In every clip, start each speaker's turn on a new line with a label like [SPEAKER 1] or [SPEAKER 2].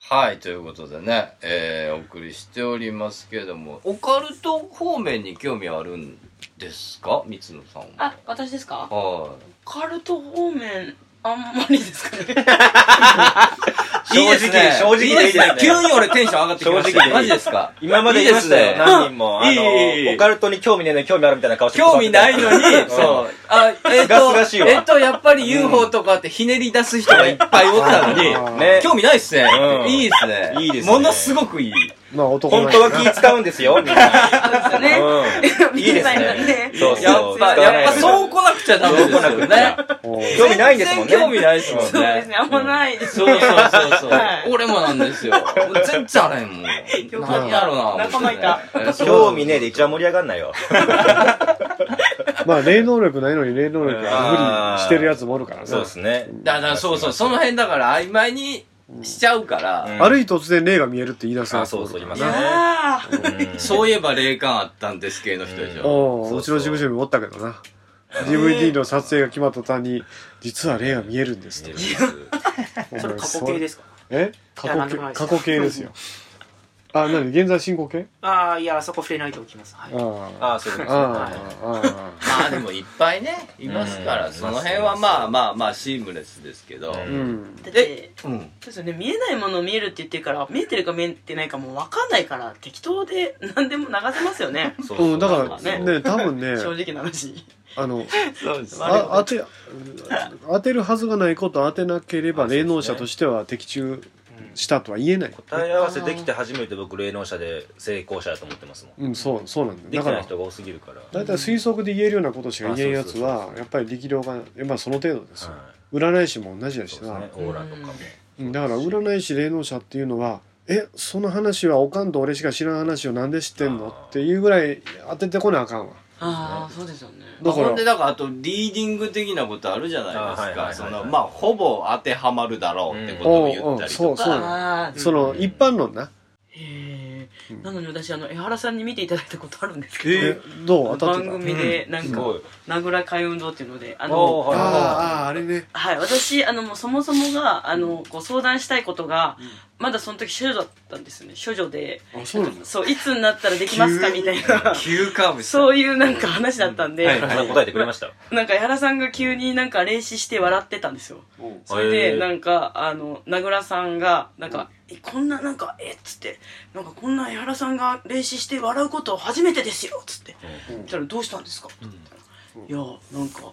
[SPEAKER 1] はい、ということでね、えー、お送りしておりますけれども、オカルト方面に興味あるんですか三野さんは。
[SPEAKER 2] あ、私ですか
[SPEAKER 1] は
[SPEAKER 2] カルト方面、あんまりですかね。
[SPEAKER 1] い。
[SPEAKER 3] いいですね
[SPEAKER 1] 正直でいいですね。
[SPEAKER 3] 急に俺テンション上がってきました
[SPEAKER 1] 正直
[SPEAKER 3] よ
[SPEAKER 1] マ
[SPEAKER 3] マ
[SPEAKER 1] ジ
[SPEAKER 3] ジ
[SPEAKER 1] で
[SPEAKER 3] です
[SPEAKER 1] か
[SPEAKER 3] 今まで言いました
[SPEAKER 1] いい
[SPEAKER 3] よ
[SPEAKER 1] ですね
[SPEAKER 3] 何人も
[SPEAKER 1] あ
[SPEAKER 3] あ
[SPEAKER 1] いいいいいい
[SPEAKER 3] のオカルトに興味ねえのに興味あるみたいな顔して興味ないのに、
[SPEAKER 1] そ
[SPEAKER 3] そう。あ、えっ
[SPEAKER 1] ガ
[SPEAKER 3] と
[SPEAKER 1] スらしい、わ
[SPEAKER 3] えっと、やっぱり UFO とかってひねり出す人がいっぱいおったのに
[SPEAKER 4] う、ん
[SPEAKER 3] ね興味ないっすね
[SPEAKER 1] う。ん
[SPEAKER 3] いいっすね。
[SPEAKER 1] いいですね
[SPEAKER 3] ものすごくいい。
[SPEAKER 4] まあ男
[SPEAKER 3] 本
[SPEAKER 4] 前
[SPEAKER 3] 当は気使うんですよ、みんな。
[SPEAKER 2] そうですよね。
[SPEAKER 3] うん。いいです
[SPEAKER 2] 皆さんが
[SPEAKER 3] ね。
[SPEAKER 2] ね。
[SPEAKER 3] そう
[SPEAKER 1] やっ
[SPEAKER 3] そう。
[SPEAKER 1] ぱ
[SPEAKER 3] 使わない
[SPEAKER 1] やっぱそう
[SPEAKER 3] 来なくちゃダメですよね。
[SPEAKER 4] おう
[SPEAKER 3] 興味ないんですもんね。
[SPEAKER 1] 全然興味
[SPEAKER 3] ないです
[SPEAKER 1] もん ね
[SPEAKER 2] そうですね、あんまないです
[SPEAKER 3] そうそう
[SPEAKER 2] ね。
[SPEAKER 3] そうそう
[SPEAKER 2] はい。
[SPEAKER 3] 俺もなんですよ。全然あれへんもん。
[SPEAKER 2] よ
[SPEAKER 4] かった
[SPEAKER 3] なんやろな。
[SPEAKER 2] 仲間いた
[SPEAKER 3] え。そう
[SPEAKER 1] 今
[SPEAKER 3] そ
[SPEAKER 1] 日
[SPEAKER 3] う
[SPEAKER 1] 見
[SPEAKER 3] そ
[SPEAKER 1] て
[SPEAKER 3] う
[SPEAKER 1] る
[SPEAKER 3] い
[SPEAKER 1] ねえで一番盛り上がんないよ。
[SPEAKER 4] まあ霊能力ないのに霊能力が無理してるやつもおるからね
[SPEAKER 1] そうですね。
[SPEAKER 3] だからそうそう、その辺だから曖昧にしちゃうから、
[SPEAKER 1] うん
[SPEAKER 4] ある日突然霊が見えるって言い出すや
[SPEAKER 1] あ、
[SPEAKER 4] つも
[SPEAKER 1] そ
[SPEAKER 4] お
[SPEAKER 1] うそ
[SPEAKER 4] る
[SPEAKER 1] う、
[SPEAKER 4] か
[SPEAKER 1] い
[SPEAKER 4] ら
[SPEAKER 1] ます
[SPEAKER 2] い
[SPEAKER 1] ね。
[SPEAKER 2] やー。
[SPEAKER 1] うん
[SPEAKER 3] そういえば霊感あったんです系の人でしょ。
[SPEAKER 4] おううちの事務所にもおったけどな DVD の撮影が決まった途端に実は霊が見えるんですと
[SPEAKER 5] それ過去形ですか
[SPEAKER 4] え
[SPEAKER 5] い
[SPEAKER 4] 過
[SPEAKER 5] や
[SPEAKER 4] 去
[SPEAKER 5] なんでもない
[SPEAKER 4] 形
[SPEAKER 5] です
[SPEAKER 4] 過去形ですよあ何現在進行形
[SPEAKER 5] ああいやあそこ触れないと起きますはい
[SPEAKER 4] ああ
[SPEAKER 1] あ、そういうことですね。
[SPEAKER 4] あああ
[SPEAKER 3] まあでもいっぱいね、いますか
[SPEAKER 1] う
[SPEAKER 3] ら、
[SPEAKER 1] ん
[SPEAKER 3] その辺はまあまあまあシームレスですけど。
[SPEAKER 1] う
[SPEAKER 4] あ
[SPEAKER 1] ん
[SPEAKER 4] うん
[SPEAKER 2] だって、
[SPEAKER 3] うん。
[SPEAKER 2] そうですよね、見えないものを見えるって言ってるから、見えてるか見えてないかもう分かんないから、適当で何でも流せますよね。
[SPEAKER 1] そうそう
[SPEAKER 4] うんだか
[SPEAKER 2] そ
[SPEAKER 4] ら
[SPEAKER 2] う
[SPEAKER 4] ね多分ね
[SPEAKER 2] 正直な話。
[SPEAKER 4] あの
[SPEAKER 3] そうです
[SPEAKER 4] あ当て当てるはずがないことを当てなければ
[SPEAKER 1] あそうです
[SPEAKER 4] 霊
[SPEAKER 1] ね
[SPEAKER 4] 能者としては的中したとは言えない
[SPEAKER 1] 答え合わせできて初めて僕霊能者で成功者だと思ってますもん
[SPEAKER 4] うんそうそうなんだ
[SPEAKER 1] で
[SPEAKER 4] よ
[SPEAKER 1] きて
[SPEAKER 4] だか
[SPEAKER 1] ない
[SPEAKER 4] ら
[SPEAKER 1] 人が多すぎるから
[SPEAKER 4] 大体推測で言えるようなことしか言えんやつ
[SPEAKER 1] あそうそうそう
[SPEAKER 4] は
[SPEAKER 1] そう
[SPEAKER 4] やっぱり力量がまあその程度ですよ
[SPEAKER 1] は
[SPEAKER 4] 占い師も同じや
[SPEAKER 1] いそ
[SPEAKER 4] し
[SPEAKER 1] うです
[SPEAKER 4] な
[SPEAKER 1] ねオーラとかも
[SPEAKER 4] うんだから占い師霊能者っていうのはえその話はおかんと俺しか知らん話をなんで知ってん
[SPEAKER 1] あ
[SPEAKER 4] の
[SPEAKER 1] ー
[SPEAKER 4] っていうぐらい当ててこなあかんわ
[SPEAKER 2] ああ、そうですよね。
[SPEAKER 4] だか
[SPEAKER 3] ほ
[SPEAKER 4] ら
[SPEAKER 3] んで、だから、あと、リーディング的なことあるじゃ
[SPEAKER 1] あ
[SPEAKER 3] ない
[SPEAKER 1] はい
[SPEAKER 3] で
[SPEAKER 1] は
[SPEAKER 3] す
[SPEAKER 1] いはいは
[SPEAKER 3] か。
[SPEAKER 1] い
[SPEAKER 3] その、まあ、ほぼ当てはまるだろうってことを言ったり
[SPEAKER 4] うんうんそ
[SPEAKER 3] と
[SPEAKER 4] うそう
[SPEAKER 3] か。
[SPEAKER 2] ああ、
[SPEAKER 4] その一般論な
[SPEAKER 2] へえ、
[SPEAKER 4] うん
[SPEAKER 2] なのに私あの江原さんに見ていただいたことあるんですけど、
[SPEAKER 4] えどう当たっ
[SPEAKER 2] 番
[SPEAKER 4] てた
[SPEAKER 2] 組でなん
[SPEAKER 1] す
[SPEAKER 2] か、
[SPEAKER 1] ごい
[SPEAKER 2] 名倉海運動っていうのであ
[SPEAKER 1] あ
[SPEAKER 2] の
[SPEAKER 4] あー
[SPEAKER 1] は
[SPEAKER 4] あーあれね
[SPEAKER 2] はい私あのもうそもそもがあのこう相談したいことが、まだその時処女だったんですよね処女で
[SPEAKER 4] あそうなんだ
[SPEAKER 2] そういつになったらできますかみたいな
[SPEAKER 3] 急カーブした。
[SPEAKER 2] そういうなんか話だったんで、
[SPEAKER 3] はい
[SPEAKER 1] いはいはいはい答えてくれました
[SPEAKER 2] なんか江原さんが急になんか霊視して笑ってたんですよそれ
[SPEAKER 1] へ
[SPEAKER 2] で
[SPEAKER 1] ー
[SPEAKER 2] なんかあの名倉さんがなんか、えこんななんかえっつってなんかこんな江原さんが霊視して笑うこと初めてですよっつって、
[SPEAKER 4] うん
[SPEAKER 2] そしたらどうしたんですかって言ったら、
[SPEAKER 4] う
[SPEAKER 2] い
[SPEAKER 4] ん
[SPEAKER 2] やなんか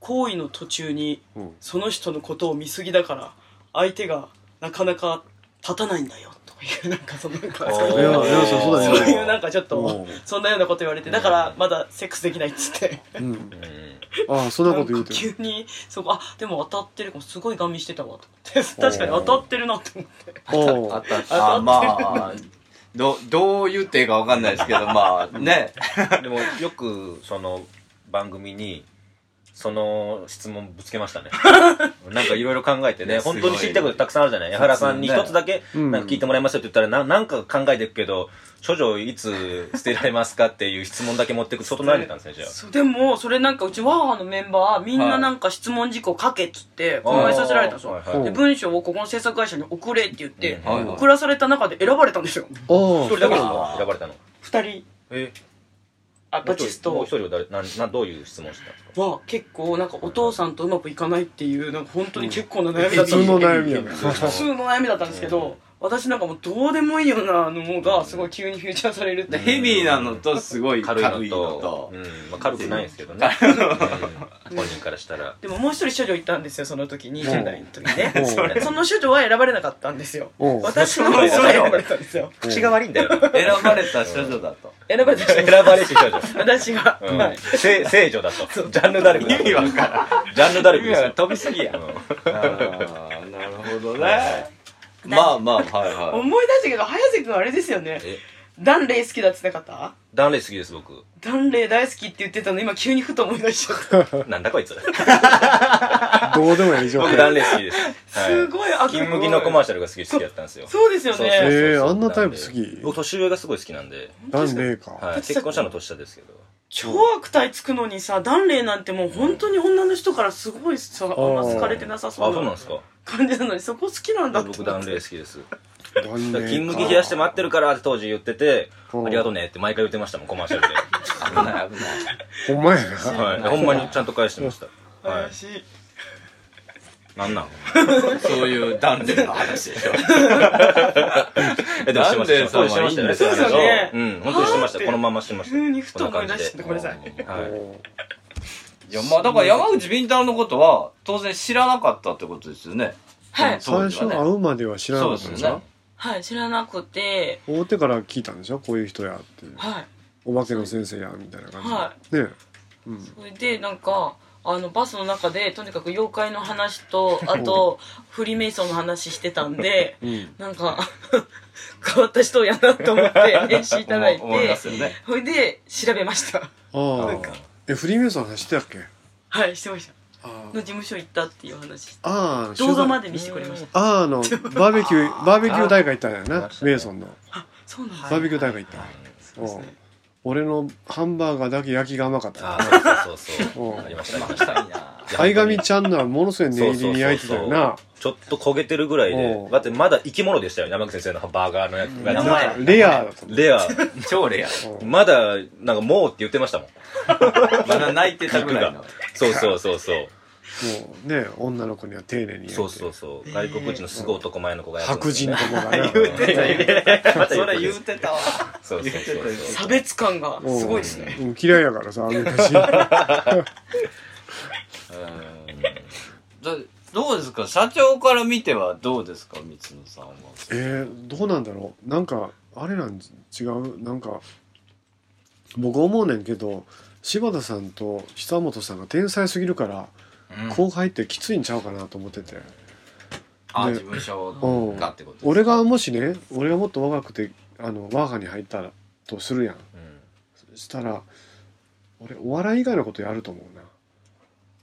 [SPEAKER 2] 行為の途中に
[SPEAKER 4] うん
[SPEAKER 2] その人のことを見過ぎだから相手がなかなか立たないんだよとかいうなんかそのなんかそう
[SPEAKER 4] いやいやそうだ
[SPEAKER 2] そ
[SPEAKER 4] よ
[SPEAKER 2] ういうなんかちょっ
[SPEAKER 4] お
[SPEAKER 2] と
[SPEAKER 4] う
[SPEAKER 2] そんなようなこと言われてだからまだセックスできないっつって。
[SPEAKER 4] うん
[SPEAKER 1] うん
[SPEAKER 4] ああそんなこと言うて
[SPEAKER 2] 急
[SPEAKER 4] る
[SPEAKER 2] にそこあでも当たってるかもすごいガン見してたわと思って確かに当たってるなって思って
[SPEAKER 4] お
[SPEAKER 3] あ
[SPEAKER 4] う
[SPEAKER 3] ったああまあ どどう言っていいかわかんないですけどま あね
[SPEAKER 1] でもよくその番組にその質問ぶつけましたねなんかいろいろ考えて
[SPEAKER 3] い
[SPEAKER 1] ね
[SPEAKER 3] やすごい
[SPEAKER 1] 本当に知りたいことたくさんあるじゃない矢原さんに
[SPEAKER 3] そうです
[SPEAKER 1] 一つ
[SPEAKER 3] ね
[SPEAKER 1] だけ
[SPEAKER 4] うん
[SPEAKER 1] なんか聞いてもらいますよって言ったらななんか考えてるけど処女いつ捨てられますかっていう質問だけ持ってく整えてたんですねじゃあ
[SPEAKER 2] そうでもそれなんかうちワーハのメンバーみん
[SPEAKER 3] は
[SPEAKER 2] ないなんか質問事項書けっつって考えさせられたんですよ
[SPEAKER 1] はいはい
[SPEAKER 2] で文章をここの制作会社に送れって言って
[SPEAKER 1] うんはい
[SPEAKER 3] はい
[SPEAKER 2] 送らされた中で選ばれたんですよ
[SPEAKER 4] おう
[SPEAKER 1] 一人だけですか選ばれたの
[SPEAKER 2] 2人
[SPEAKER 1] え
[SPEAKER 2] あバチス
[SPEAKER 1] もう
[SPEAKER 2] ト
[SPEAKER 1] 一人は誰なんなんどういう質問してたんですか
[SPEAKER 2] は結構なんかお父さんとうまくいかないっていうなんか本当に結構な悩みだった
[SPEAKER 4] 普通
[SPEAKER 2] んです
[SPEAKER 4] の
[SPEAKER 2] よ
[SPEAKER 4] 悩みやね
[SPEAKER 2] 普通の悩みだったんですけど私なんかもうどうでもいいようなのがすごい急にフューチャーされるっ
[SPEAKER 3] で
[SPEAKER 2] て
[SPEAKER 3] ヘビーなのとすごい軽
[SPEAKER 1] 軽
[SPEAKER 3] い
[SPEAKER 1] い
[SPEAKER 3] の
[SPEAKER 1] の
[SPEAKER 3] と
[SPEAKER 1] とうんまあ、軽くないですけどね、うん本人からしたら
[SPEAKER 2] でももう一人処女いたんですよその時20代の時
[SPEAKER 4] おう
[SPEAKER 2] ね その処女は選ばれなかったんですよ
[SPEAKER 4] おう
[SPEAKER 2] 私の方が選ばれたんですよ
[SPEAKER 1] 口が悪いんだ よな
[SPEAKER 3] 選ばれた少女だと
[SPEAKER 2] 選ばれた
[SPEAKER 1] 選ばれし少女
[SPEAKER 2] 私が、
[SPEAKER 1] うん
[SPEAKER 2] はい
[SPEAKER 1] せ聖女だとジャンヌ・ダルクだと
[SPEAKER 3] 意味わからん
[SPEAKER 1] ジャンヌ・ダルクですよ
[SPEAKER 3] 飛びすぎやあーなるほどね まあまあはいは
[SPEAKER 2] 思い出したけど早瀬君あれですよね
[SPEAKER 1] え
[SPEAKER 2] ダンレイ好きだって言ってなかっ
[SPEAKER 1] 断礼好きです僕
[SPEAKER 2] たダンレイ大好きって言ってたの今急にふと思い出しちゃった、
[SPEAKER 1] なんだこいつ
[SPEAKER 4] どうでもいい状
[SPEAKER 1] 僕
[SPEAKER 4] 態
[SPEAKER 1] 断礼好きです、はい
[SPEAKER 2] すごいあ
[SPEAKER 1] 金麦のコマーシャルがすげえ好きだったんですよ
[SPEAKER 2] そうですよ
[SPEAKER 1] そうそうそう
[SPEAKER 2] ね
[SPEAKER 4] えーあんなタイプ好き
[SPEAKER 1] 僕年上がすごい好きなんで、
[SPEAKER 4] なんでか、
[SPEAKER 1] はい、結婚したの年下ですけど
[SPEAKER 2] 超悪態つくのにさダンレイなんてもう本当に女の人からすごいさあんま好かれてなさ
[SPEAKER 1] あそ
[SPEAKER 2] そ
[SPEAKER 1] う
[SPEAKER 2] う
[SPEAKER 1] なん
[SPEAKER 2] な
[SPEAKER 1] ですか
[SPEAKER 2] 感じなのにそこ好きなんだって
[SPEAKER 1] 僕断礼好きです
[SPEAKER 4] 断
[SPEAKER 1] だから
[SPEAKER 4] 念
[SPEAKER 1] 勤務着冷やして待ってるからって当時言ってて、
[SPEAKER 4] うん
[SPEAKER 1] ありがとうねって毎回言ってましたもん、コマーシャル で。
[SPEAKER 3] 危ない危ない
[SPEAKER 4] ほんまやな
[SPEAKER 1] はい。ほんまにちゃんと返してました。はい。
[SPEAKER 2] しい
[SPEAKER 1] なんなん
[SPEAKER 3] そういう断念の話 でしょ
[SPEAKER 1] え、でもしてま
[SPEAKER 3] なん
[SPEAKER 1] した。
[SPEAKER 3] で
[SPEAKER 1] してましたよね。
[SPEAKER 3] そう
[SPEAKER 2] ですよね
[SPEAKER 1] そういう話をうん、本当にしてました。このまましてまし
[SPEAKER 2] 急に
[SPEAKER 1] た。
[SPEAKER 2] ふと思い出して
[SPEAKER 1] こ
[SPEAKER 2] ごめ
[SPEAKER 1] ん
[SPEAKER 2] ん
[SPEAKER 1] な
[SPEAKER 2] なさ
[SPEAKER 1] 感
[SPEAKER 2] い
[SPEAKER 1] じで。はい。
[SPEAKER 3] いやまあだから山口敏太郎のことは当然知らなかったってことですよね
[SPEAKER 2] はい
[SPEAKER 4] 最初会
[SPEAKER 3] う
[SPEAKER 4] うまでは知らなかったんですか
[SPEAKER 3] そうで
[SPEAKER 2] はい知らなくて
[SPEAKER 4] 会うてから聞いたんでしょこういう人やって
[SPEAKER 2] はい
[SPEAKER 4] お化けの先生やみたいな感じで、
[SPEAKER 2] は
[SPEAKER 4] ねえ、うん、
[SPEAKER 2] それでなんかあのバスの中でとにかく妖怪の話 とあとフリーメイソンの話してたんで
[SPEAKER 4] うん、
[SPEAKER 2] なんか 変わった人やなと思って 練習いただい
[SPEAKER 3] 思い出
[SPEAKER 2] て
[SPEAKER 3] すよね
[SPEAKER 2] それで調べました
[SPEAKER 4] あ
[SPEAKER 2] なん
[SPEAKER 4] あ
[SPEAKER 2] か
[SPEAKER 4] えフリーメイソンの話してたっけ
[SPEAKER 2] はいしてました
[SPEAKER 4] あ
[SPEAKER 2] の事務所行ったっていう話
[SPEAKER 4] ああ
[SPEAKER 2] 動画まで見せてくれました
[SPEAKER 4] ああのバーベキューバーベキュー大会行ったんやなメイソンの
[SPEAKER 2] あそうなんです
[SPEAKER 4] バーベキュー大会行った、
[SPEAKER 2] そうですね
[SPEAKER 4] 俺のハンバーガーだけ焼きが甘かった
[SPEAKER 1] あー、そうそうそう そうう。
[SPEAKER 4] ん
[SPEAKER 1] ありました、ありました。
[SPEAKER 3] したいな
[SPEAKER 4] 相上ちゃんのはものすごい念入りに焼いてたよな
[SPEAKER 1] ちょっと焦げてるぐらいで
[SPEAKER 4] うん。
[SPEAKER 1] だってまだ生き物でしたよ、山口先生のバーガーのやつが。
[SPEAKER 5] 名前
[SPEAKER 4] レアだったもん
[SPEAKER 1] レア。
[SPEAKER 3] 超レア
[SPEAKER 4] うん
[SPEAKER 1] まだ、なんかもうって言ってましたもん。
[SPEAKER 3] まだ泣いてた
[SPEAKER 1] 肉
[SPEAKER 3] ぐらい
[SPEAKER 1] が
[SPEAKER 3] の。
[SPEAKER 1] そうそうそうそう。
[SPEAKER 4] もうね女の子には丁寧に焼いて
[SPEAKER 1] そうそうそう。外国人のすごい男前の子がやって
[SPEAKER 4] 白人ともがね
[SPEAKER 3] 言うてた言うてた
[SPEAKER 1] また
[SPEAKER 3] そ
[SPEAKER 1] 言
[SPEAKER 3] れ言
[SPEAKER 1] う
[SPEAKER 3] うてたわ
[SPEAKER 1] そうそうそう
[SPEAKER 3] 言うてた
[SPEAKER 2] 差別感がすごいですね
[SPEAKER 4] うん嫌いやからさあの昔あ
[SPEAKER 3] だどうですか社長から見てはどうですか三野さんは
[SPEAKER 4] えー、どうなんだろうなんかあれなん違うなんか僕思うねんけど柴田さんと久本さんが天才すぎるから、後輩ってきついんちゃうかなと思ってて
[SPEAKER 3] あ
[SPEAKER 4] ね
[SPEAKER 3] 事務所
[SPEAKER 4] うん
[SPEAKER 3] がってことですか
[SPEAKER 4] 俺がもしね俺がもっと若くてあの我がに入ったらとするやん
[SPEAKER 1] うん
[SPEAKER 4] そしたら俺お笑い以外のことやると思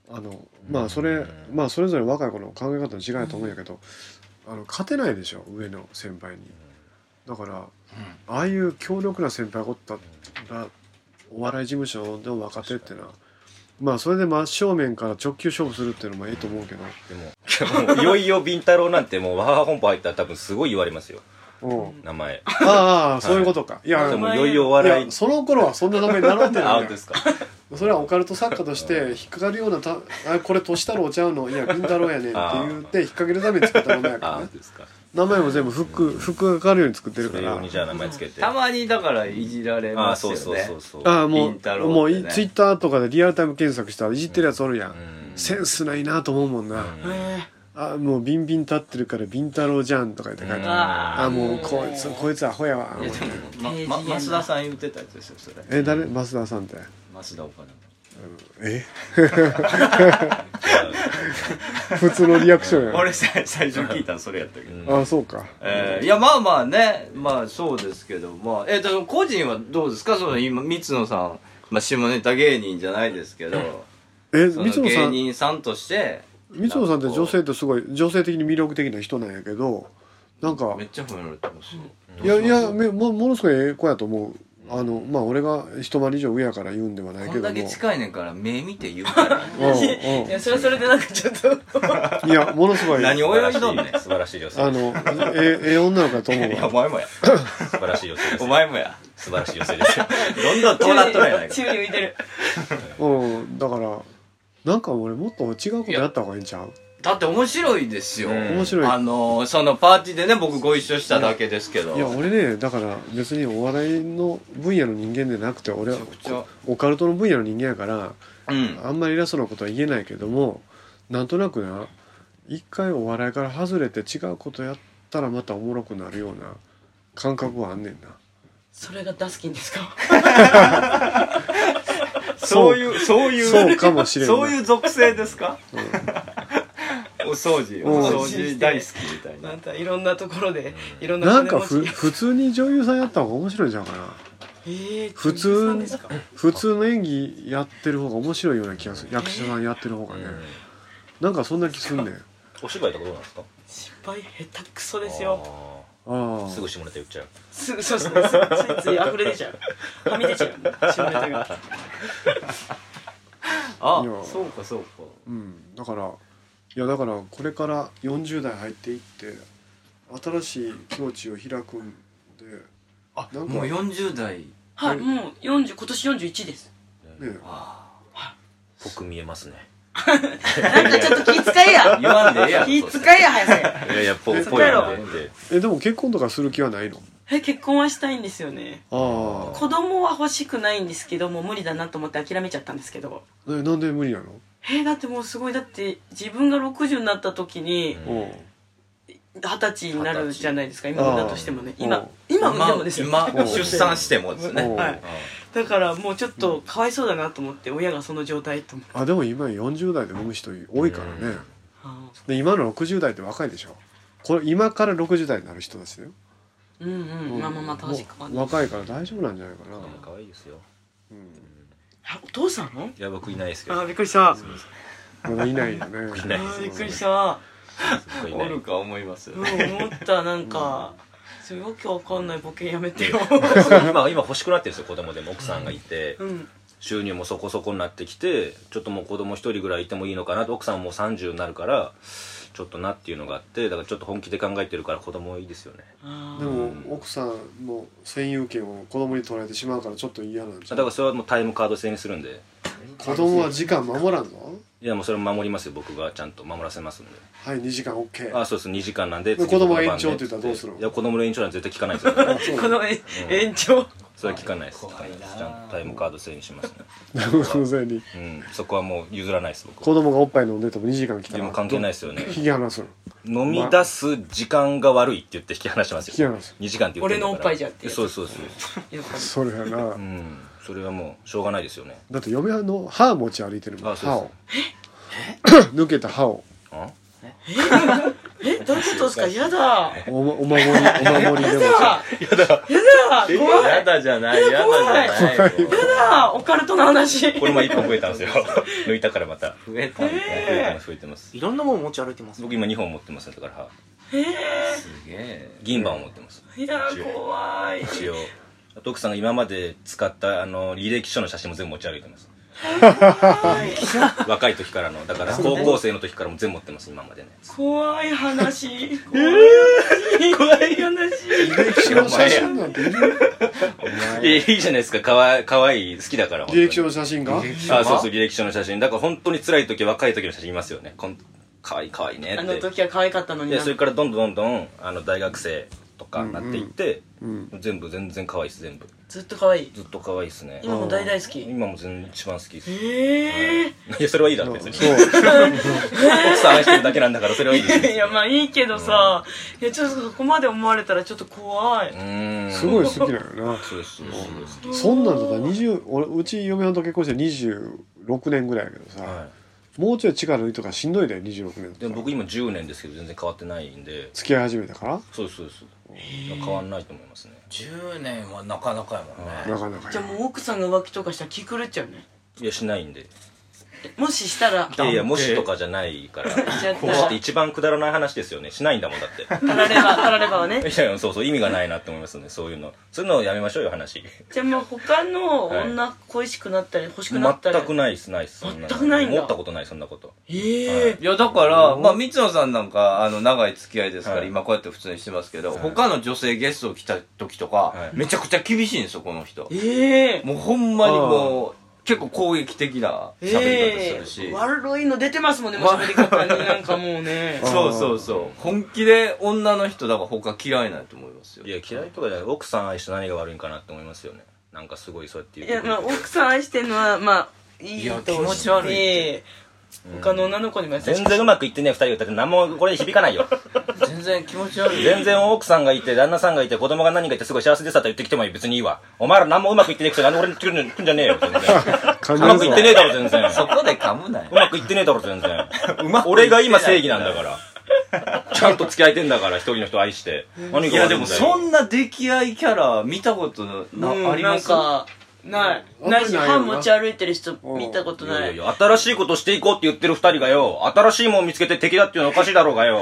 [SPEAKER 4] うなあのまあそれ、
[SPEAKER 1] うん
[SPEAKER 4] まあそれぞれ若い子の考え方の違いだと思うんやけど、あの勝てないでしょ上の先輩にだから、ああいう強力な先輩がおったらお笑い事務所の若手ってなまあそれで真正面から直球勝負するっていうのもいいと思うけど、
[SPEAKER 1] でも、もういよいよビンタロウなんてもう、ワハハ本舗入ったら多分すごい言われますよ。
[SPEAKER 4] うん、
[SPEAKER 1] 名前。
[SPEAKER 4] ああそういうことか、い、や
[SPEAKER 1] でも
[SPEAKER 2] 前
[SPEAKER 1] いよいよお笑
[SPEAKER 4] い
[SPEAKER 1] い
[SPEAKER 4] や。その頃はそんな名前に習って
[SPEAKER 1] あ、
[SPEAKER 4] な
[SPEAKER 1] 本
[SPEAKER 4] い
[SPEAKER 1] 当
[SPEAKER 4] か
[SPEAKER 1] ですか。
[SPEAKER 4] らそれはオカルト作家として引っかかるようなた「あこれ年太郎ちゃうのいや金太郎やねん」って言って引っ掛けるために作った名前やか
[SPEAKER 1] あ、
[SPEAKER 4] ら
[SPEAKER 1] 本
[SPEAKER 4] ね
[SPEAKER 1] 当ですか。
[SPEAKER 4] 名前も全部服服がかかるように作ってる
[SPEAKER 1] そ
[SPEAKER 4] か
[SPEAKER 1] れ
[SPEAKER 4] ら
[SPEAKER 1] 用にじゃあ名前つけて。
[SPEAKER 3] たまにだからいじられ
[SPEAKER 1] あ
[SPEAKER 3] ますよ
[SPEAKER 1] そう
[SPEAKER 3] ね
[SPEAKER 1] そうそうそう。
[SPEAKER 4] ああも
[SPEAKER 3] 金太
[SPEAKER 4] う
[SPEAKER 3] 郎
[SPEAKER 4] もう
[SPEAKER 3] ってね
[SPEAKER 4] ツイッターとかでリアルタイム検索したらいじってるやつおるやん、
[SPEAKER 1] うん
[SPEAKER 4] センスないなと思うもんな、
[SPEAKER 1] うん
[SPEAKER 4] あもうビンビン立ってるからビン太郎じゃんとか言って書い
[SPEAKER 1] う
[SPEAKER 4] てある、
[SPEAKER 1] ん
[SPEAKER 4] あ
[SPEAKER 2] あ
[SPEAKER 4] もうこいつこいつアホやわ
[SPEAKER 3] いやでもまま増田さん言ってたやつですよそれ
[SPEAKER 4] え誰増田さんって
[SPEAKER 3] 増田岡田の
[SPEAKER 4] え普通のリアクションや
[SPEAKER 3] 俺さ最初聞いたのそれやったけど、
[SPEAKER 4] んあそうか
[SPEAKER 3] えーいやまあまあねまあそうですけどまあえっ、と個人はどうですかその今三野さん、まあ、下ネタ芸人じゃないですけど
[SPEAKER 4] え
[SPEAKER 3] その
[SPEAKER 4] 三野さ
[SPEAKER 3] 芸
[SPEAKER 4] ん
[SPEAKER 3] 人さんとして
[SPEAKER 4] 三野さんって女性ってすごい女性的に魅力的な人なんやけどなんか
[SPEAKER 3] めっちゃ褒められてますよ
[SPEAKER 4] いやいやめもものすごいええ子やと思うあのまあ俺が一回り以上上やから言うんではない
[SPEAKER 3] こ
[SPEAKER 4] け
[SPEAKER 3] ん
[SPEAKER 4] ど
[SPEAKER 3] だ
[SPEAKER 4] も
[SPEAKER 3] け近いねんから目見て言うから
[SPEAKER 4] うんうん
[SPEAKER 2] いやそれはそれでなんかちょっと
[SPEAKER 4] いやものすごい
[SPEAKER 3] 何
[SPEAKER 4] あ
[SPEAKER 3] を泳いどんねん
[SPEAKER 1] 素晴らしい女性。
[SPEAKER 4] のえええ女の子やと思 う
[SPEAKER 3] いや
[SPEAKER 4] わ
[SPEAKER 3] お前もや
[SPEAKER 1] 素晴らしい女性です
[SPEAKER 3] お。前もや
[SPEAKER 1] 素晴らし い女性ですよ。
[SPEAKER 3] どんどん どうなっとるやないか
[SPEAKER 2] 宙に浮いてる
[SPEAKER 4] うんだからなんか俺もっと違うことやった方がいいんちゃう
[SPEAKER 3] だって面白いですよ、
[SPEAKER 1] うん
[SPEAKER 4] 面白い
[SPEAKER 3] あのーそのパーティーでね僕ご一緒しただけですけど
[SPEAKER 4] いや俺ねだから別にお笑いの分野の人間でなくて俺は
[SPEAKER 3] めちゃくち
[SPEAKER 4] オカルトの分野の人間やから
[SPEAKER 3] うん
[SPEAKER 4] あんまり偉そうなことは言えないけどもなんとなくな一回お笑いから外れて違うことやったらまたおもろくなるような感覚はあんねんな
[SPEAKER 2] それがダスキンですか
[SPEAKER 3] そういうそういう
[SPEAKER 4] そうかもしれんな
[SPEAKER 3] そういう属性です かお掃除
[SPEAKER 4] うん
[SPEAKER 3] お掃除大好きみたいな
[SPEAKER 2] なんかいろんなところでいろんな
[SPEAKER 4] なんか
[SPEAKER 2] 金持ち
[SPEAKER 4] ふ普通に女優さんやった方が面白いんじゃんかな
[SPEAKER 2] えー
[SPEAKER 4] 普
[SPEAKER 2] 女優
[SPEAKER 4] 通
[SPEAKER 2] さんですか
[SPEAKER 4] 普通の演技やってる方が面白いような気がする役者さんやってる方がねなんかそんな気すんねんあ
[SPEAKER 1] お芝居とかどうなんですか
[SPEAKER 2] 失敗下手くそですよ
[SPEAKER 4] あ
[SPEAKER 1] すぐ下ネタ言っちゃう。
[SPEAKER 2] すぐそうそうそうついつい溢れ出ちゃうはみ出ちゃう下ネタが
[SPEAKER 3] あ
[SPEAKER 4] いや
[SPEAKER 3] そうかそうか
[SPEAKER 4] うん、だからいやだからこれから40代入っていって新しい境地を開くんで
[SPEAKER 3] あ
[SPEAKER 4] なんか
[SPEAKER 3] もう40代
[SPEAKER 2] はい、
[SPEAKER 4] うん
[SPEAKER 2] もう40今年41です
[SPEAKER 4] ね
[SPEAKER 1] 僕見えますね。
[SPEAKER 2] なんかちょっと気遣い や
[SPEAKER 3] 言わんでええやん
[SPEAKER 2] 気遣いや早瀬
[SPEAKER 1] いやいや、ぽ、
[SPEAKER 2] え
[SPEAKER 1] ぽいので。
[SPEAKER 4] えでも結婚とかする気はないの
[SPEAKER 2] え結婚はしたいんですよね
[SPEAKER 4] あ
[SPEAKER 2] 子供は欲しくないんですけどもう無理だなと思って諦めちゃったんですけど
[SPEAKER 4] あえなんで無理なの
[SPEAKER 2] えだってもうすごいだって自分が60になった時に
[SPEAKER 1] うん
[SPEAKER 4] うん
[SPEAKER 2] 二十歳になるじゃないですか今
[SPEAKER 4] あー
[SPEAKER 2] 産んだとしてもね
[SPEAKER 4] う
[SPEAKER 2] 今
[SPEAKER 4] ん
[SPEAKER 2] 今産んでもですよ
[SPEAKER 3] 今
[SPEAKER 4] うん
[SPEAKER 3] 出産してもですね
[SPEAKER 4] うん
[SPEAKER 2] はいだからもうちょっとかわいそうだなと思って親がその状態と思って
[SPEAKER 4] あでも今40代で産む人多いからね、
[SPEAKER 1] うん
[SPEAKER 2] あ
[SPEAKER 4] で今の60代って若いでしょこれ今から60代になる人ですよ、
[SPEAKER 2] ーうんうんまあまあまあ確か
[SPEAKER 4] もう
[SPEAKER 2] に
[SPEAKER 4] 若いから大丈夫なんじゃないかな、
[SPEAKER 1] 可愛いですよ。
[SPEAKER 4] うん
[SPEAKER 2] あお父さんの
[SPEAKER 1] いや、僕いないですけ
[SPEAKER 2] あ
[SPEAKER 1] ど。
[SPEAKER 2] ーびっくりしたあ
[SPEAKER 4] まだいな
[SPEAKER 1] い
[SPEAKER 4] いよね
[SPEAKER 1] ない
[SPEAKER 2] ーびっくりした
[SPEAKER 1] 僕い
[SPEAKER 3] お
[SPEAKER 1] ない
[SPEAKER 3] るか思います
[SPEAKER 2] うん思ったなんかそれわけわかんないボケやめてよ
[SPEAKER 1] 今、今欲しくなってるんですよ、子供でも奥さんがいて
[SPEAKER 2] う。ん
[SPEAKER 1] 収入もそこそこになってきて、ちょっともう子供一人ぐらいいてもいいのかなと、奥さんもう30になるから、ちょっとなっていうのがあって、だからちょっと本気で考えてるから子供いいですよね。
[SPEAKER 2] あ
[SPEAKER 4] でも奥さんの占有権を子供に取られてしまうからちょっと嫌なんじ
[SPEAKER 1] だ
[SPEAKER 4] ゃな
[SPEAKER 1] か
[SPEAKER 4] い
[SPEAKER 1] らそれはもうタイムカード制にするんで。
[SPEAKER 4] 子供は時間守らんぞ
[SPEAKER 1] いや、もうそれ守りますよ、僕がちゃんと守らせますんで。
[SPEAKER 4] はい2時間 OK
[SPEAKER 1] あ、そうです、2時間なんで。
[SPEAKER 4] で
[SPEAKER 1] 次僕の番で
[SPEAKER 4] 子供延長って言ったらどうするの
[SPEAKER 1] いや、子供の延長なんて絶対聞かないですよ。
[SPEAKER 4] あそう
[SPEAKER 2] ーこのえ延長
[SPEAKER 1] それは聞かないです。
[SPEAKER 3] 怖いな
[SPEAKER 1] 聞かないですちゃんとタイムカード制にしますね。
[SPEAKER 4] 偶然に
[SPEAKER 1] うん、そこはもう譲らないです、僕
[SPEAKER 4] 子
[SPEAKER 1] は。
[SPEAKER 4] 供がおっぱい飲んでても2時間来た
[SPEAKER 1] で
[SPEAKER 4] ら
[SPEAKER 1] も関係ないですよね。
[SPEAKER 4] 引き離すの
[SPEAKER 1] 飲み出す時間が悪いって言って引き離します
[SPEAKER 4] 引き
[SPEAKER 1] よ。
[SPEAKER 4] 離す
[SPEAKER 1] 2時間って言ってんだか
[SPEAKER 2] 俺の
[SPEAKER 1] ら
[SPEAKER 2] おっぱいじゃんってやつ
[SPEAKER 1] そうそうそう。
[SPEAKER 2] やっぱり
[SPEAKER 4] それやな
[SPEAKER 1] うん、それはもうしょうがないですよね。
[SPEAKER 4] だって嫁はんの歯持ち歩いてるもん
[SPEAKER 1] あ
[SPEAKER 4] 歯
[SPEAKER 1] そ
[SPEAKER 4] を抜けた歯を
[SPEAKER 1] あ
[SPEAKER 2] えどういうことですかやだ
[SPEAKER 4] おお守りお守りで
[SPEAKER 2] や
[SPEAKER 4] も
[SPEAKER 2] だ やだ怖い
[SPEAKER 3] やだじゃないや
[SPEAKER 2] 怖い
[SPEAKER 3] だじゃないもう
[SPEAKER 2] やだオカルトの話
[SPEAKER 1] これも1本増えたん ですよ。抜いたからまた。
[SPEAKER 3] 増えたんだ
[SPEAKER 1] 増えてます、増えてます。
[SPEAKER 5] いろんなもん持ち歩いてます
[SPEAKER 1] 僕今2本持ってますだから、
[SPEAKER 3] すげえ
[SPEAKER 1] 銀歯を持ってます。
[SPEAKER 2] いや怖い
[SPEAKER 1] 一応。あと奥さんが今まで使ったあの履歴書の写真も全部持ち歩いて ます。若い時からの、だから高校生の時からも全部持ってます、今までね。
[SPEAKER 2] 怖い話怖い話
[SPEAKER 4] 歴史の写真なんている
[SPEAKER 1] いやいいじゃないですか、かわかわいい、好きだから。
[SPEAKER 4] 履歴書の
[SPEAKER 1] 写
[SPEAKER 4] 写真が
[SPEAKER 1] 真。あ、そうそう、履歴書の写真。だから本当に辛い時、若い時の写真いますよね。こんかわいい、かわいいね
[SPEAKER 2] あの
[SPEAKER 1] って。
[SPEAKER 2] 時は可愛かったのに
[SPEAKER 1] で、
[SPEAKER 2] な
[SPEAKER 1] それからどんどんどんどん、あの、大学生とかなっていって、全部、全然可愛いです、全部。
[SPEAKER 2] ずっと可愛い
[SPEAKER 1] ずっと可愛いですね。
[SPEAKER 2] 今も大大好き
[SPEAKER 1] 今も全然一番好きです。
[SPEAKER 2] ええ
[SPEAKER 1] いや、それはいいだろ、別に。
[SPEAKER 4] そう
[SPEAKER 1] 奥さん愛してるだけなんだから、それはいいです。、
[SPEAKER 2] いやまあいいけどさ、いやちょっとそこまで思われたらちょっと怖いう
[SPEAKER 1] ーん。
[SPEAKER 4] すごい好きなのよ
[SPEAKER 1] そうです、そうですそうです。
[SPEAKER 4] なそんなんだったら20俺うち嫁はんと結婚して26年ぐらいやけどさ、
[SPEAKER 1] は
[SPEAKER 4] もうちょい力抜いとかしんどいで26年
[SPEAKER 1] い。でも僕今10年ですけど、全然変わってないんで、
[SPEAKER 4] 付き合い始めたから
[SPEAKER 1] そうです、そうです。変わんないと思いますね。
[SPEAKER 3] 10年はなかなかやもんね
[SPEAKER 4] なかなか
[SPEAKER 2] じゃあもう奥さんが浮気とかしたら気狂っちゃうね
[SPEAKER 1] いや、しないんで。
[SPEAKER 2] もししたら
[SPEAKER 1] いやいや、もしとかじゃないから。
[SPEAKER 2] じゃあ
[SPEAKER 1] こうして一番くだらない話ですよね。しないんだもんだって。
[SPEAKER 2] たらればたらればはね
[SPEAKER 1] いやいや、そうそう、意味がないなって思いますね、そういうの。そういうのをやめましょうよ、話。
[SPEAKER 2] じゃあもう他の女恋しくなったり欲しくなったり
[SPEAKER 1] 全くないっす、ないっす。そん
[SPEAKER 2] 全くないんだ
[SPEAKER 1] 思ったことない、そんなこと。
[SPEAKER 2] ええ
[SPEAKER 3] いやだから、まあ、三野さんなんかあの長い付き合いですから、
[SPEAKER 1] はい
[SPEAKER 3] 今こうやって普通にしてますけど、
[SPEAKER 1] い
[SPEAKER 3] 他の女性ゲスト来た時とか、
[SPEAKER 1] はい
[SPEAKER 3] めちゃくちゃ厳しいんですよこの人
[SPEAKER 2] ええ
[SPEAKER 3] もうほんまにもう結構攻撃的な
[SPEAKER 2] え
[SPEAKER 3] 喋り
[SPEAKER 2] え
[SPEAKER 3] 方するし、
[SPEAKER 2] 悪いの出てますもんね、もう喋り方になんかもうね。
[SPEAKER 3] そうそうそう本気で女の人だから他嫌いないと思いますよ
[SPEAKER 1] いや、嫌いとかじゃない。奥さん愛して何が悪いんかなって思いますよね。なんかすごい、そうやって
[SPEAKER 2] い
[SPEAKER 1] 言
[SPEAKER 2] や、
[SPEAKER 1] って
[SPEAKER 2] まあ、奥さん愛してるのは、まあ、いい
[SPEAKER 3] いや
[SPEAKER 2] と
[SPEAKER 3] 気持ち悪い
[SPEAKER 2] ええ他の女の子にも優し
[SPEAKER 1] 全
[SPEAKER 2] く。
[SPEAKER 1] 然うまくいってねえ二人歌って何もこれ響かないよ
[SPEAKER 3] 全然気持ち悪い
[SPEAKER 1] 全然奥さんがいて旦那さんがいて子供が何かいてすごい幸せでしたと言ってきてもいい別にいいわお前ら何もうまくいってねえくせに何で俺に来るん来んじゃねえよ全然
[SPEAKER 4] 感
[SPEAKER 1] う
[SPEAKER 4] じ
[SPEAKER 1] まくいってねえだろ全然
[SPEAKER 3] そこで噛むな よ
[SPEAKER 1] うまくいってねえだろ全然俺が今正義なんだからちゃんと付き合えてんだから一人の人愛して何
[SPEAKER 3] い
[SPEAKER 1] が
[SPEAKER 3] や
[SPEAKER 1] 悪
[SPEAKER 3] で
[SPEAKER 1] いん
[SPEAKER 3] も
[SPEAKER 1] だよ
[SPEAKER 3] そんな出来合いキャラ見たことな、
[SPEAKER 2] うん
[SPEAKER 3] あります
[SPEAKER 2] なんか、ない。
[SPEAKER 4] うん
[SPEAKER 2] ないし、
[SPEAKER 4] あんまりないよな
[SPEAKER 2] 歯持ち歩いてる人見たこと
[SPEAKER 1] いや
[SPEAKER 2] ない
[SPEAKER 1] やい
[SPEAKER 2] い。
[SPEAKER 1] や新しいことしていこうって言ってる二人がよ新しいもん見つけて敵だっていうのはおかしいだろうがよ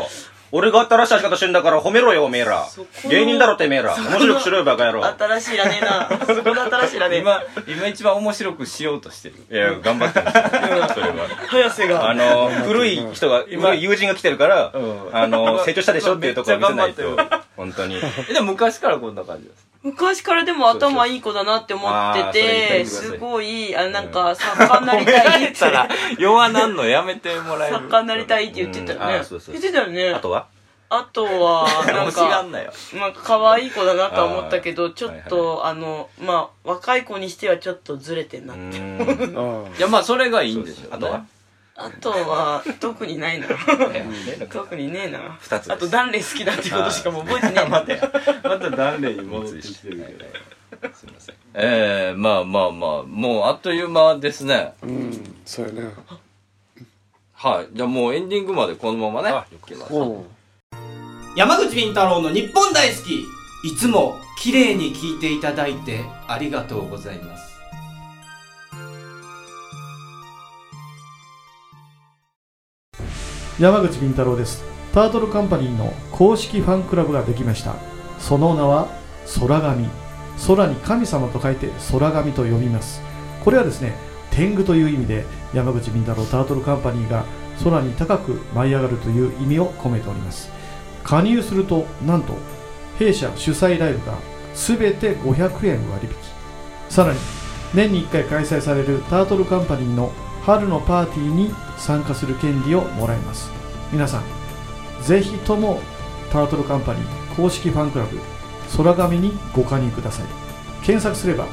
[SPEAKER 1] 俺が新しい仕方してんだから褒めろよおめえら
[SPEAKER 2] そこの
[SPEAKER 1] 芸人だろてめえら
[SPEAKER 2] そこの
[SPEAKER 1] 面白くしろよバカ野郎
[SPEAKER 2] 新しいらねえな。そこの新しいらねえ。
[SPEAKER 3] 今、今一番面白くしようとしてる。
[SPEAKER 1] いや頑張ってるんですよそれは
[SPEAKER 2] 早瀬が。
[SPEAKER 1] あの古い人が今友人が来てるから、
[SPEAKER 3] うん
[SPEAKER 1] あの成長したでしょっていうところを見せない
[SPEAKER 3] めっ
[SPEAKER 1] と
[SPEAKER 3] ちゃ頑
[SPEAKER 1] 本当に
[SPEAKER 3] えでも昔からこんな感じ です。
[SPEAKER 2] 昔からでも頭いい子だなって思って
[SPEAKER 1] あ
[SPEAKER 2] て、
[SPEAKER 1] ーそれ言ってください
[SPEAKER 2] すごい、あなんか、作家になりたいって、
[SPEAKER 3] たら、弱なんのやめてもらえ
[SPEAKER 2] 作
[SPEAKER 3] る。
[SPEAKER 2] 家になりたいって言ってたよ
[SPEAKER 1] うんあー
[SPEAKER 2] ね
[SPEAKER 1] そうそ
[SPEAKER 2] 言
[SPEAKER 1] う。
[SPEAKER 2] ってたよね。
[SPEAKER 1] あとは
[SPEAKER 2] あとは、なん
[SPEAKER 3] 欲しが
[SPEAKER 2] か
[SPEAKER 3] ん、なよ。
[SPEAKER 2] まあ、可愛い子だなとは思ったけど、ちょっ
[SPEAKER 1] は
[SPEAKER 2] と、あの、まあ、若い子にしてはちょっとずれてんな
[SPEAKER 1] う。ーん
[SPEAKER 4] あ
[SPEAKER 3] いや、まあ、それがいいんですよ、ね。
[SPEAKER 1] あとは
[SPEAKER 2] あとは、特にないな。特にねえな。
[SPEAKER 1] 二つです
[SPEAKER 2] あと、ダンレイ好きだっていうことしかもう覚えてねえな。
[SPEAKER 3] 待て。また断念に戻ってきてるけど。
[SPEAKER 1] すいません
[SPEAKER 3] ええまあまあまあ、もうあっという間ですね。
[SPEAKER 4] あうんそうやね
[SPEAKER 3] はい。じゃあもうエンディングまでこのままね。
[SPEAKER 1] あ
[SPEAKER 3] 行きます
[SPEAKER 4] うん
[SPEAKER 6] 山口敏太郎の日本大好きいつも綺麗に聞いていただいてありがとうございます
[SPEAKER 7] 山口敏太郎ですタートルカンパニーの公式ファンクラブができましたその名は空神空に神様と書いて空神と呼びますこれはですね天狗という意味で山口敏太郎タートルカンパニーが空に高く舞い上がるという意味を込めております加入するとなんと弊社主催ライブが全て500円割引さらに年に1回開催されるタートルカンパニーの春のパーティーに参加する権利をもらえます皆さんぜひともタートルカンパニー公式ファンクラブ空紙にご加入ください検索すれば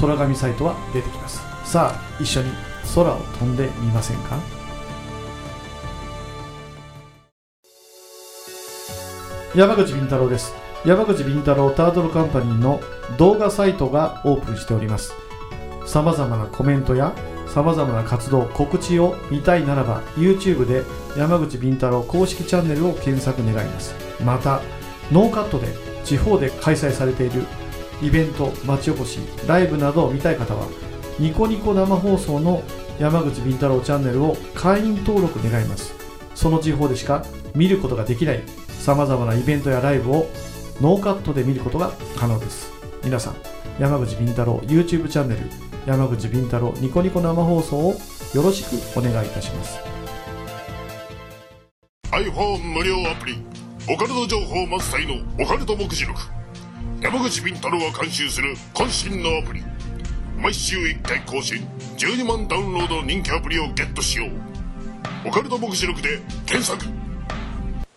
[SPEAKER 7] 空紙サイトは出てきますさあ一緒に空を飛んでみませんか山口敏太郎です山口敏太郎タートルカンパニーの動画サイトがオープンしておりますさまざまなコメントやさまざまな活動告知を見たいならば YouTube で山口敏太郎公式チャンネルを検索願いますまたノーカットで地方で開催されているイベント町おこしライブなどを見たい方はニコニコ生放送の山口敏太郎チャンネルを会員登録願いますその地方でしか見ることができないさまざまなイベントやライブをノーカットで見ることが可能です皆さん山口敏太郎 YouTube チャンネル山口敏太郎ニコニコ生放送をよろしくお願いいたします
[SPEAKER 8] iPhone 無料アプリオカルト情報満載のオカルト目次録山口敏太郎が監修する渾身のアプリ毎週1回更新12万ダウンロードの人気アプリをゲットしようオカルト目次録で検索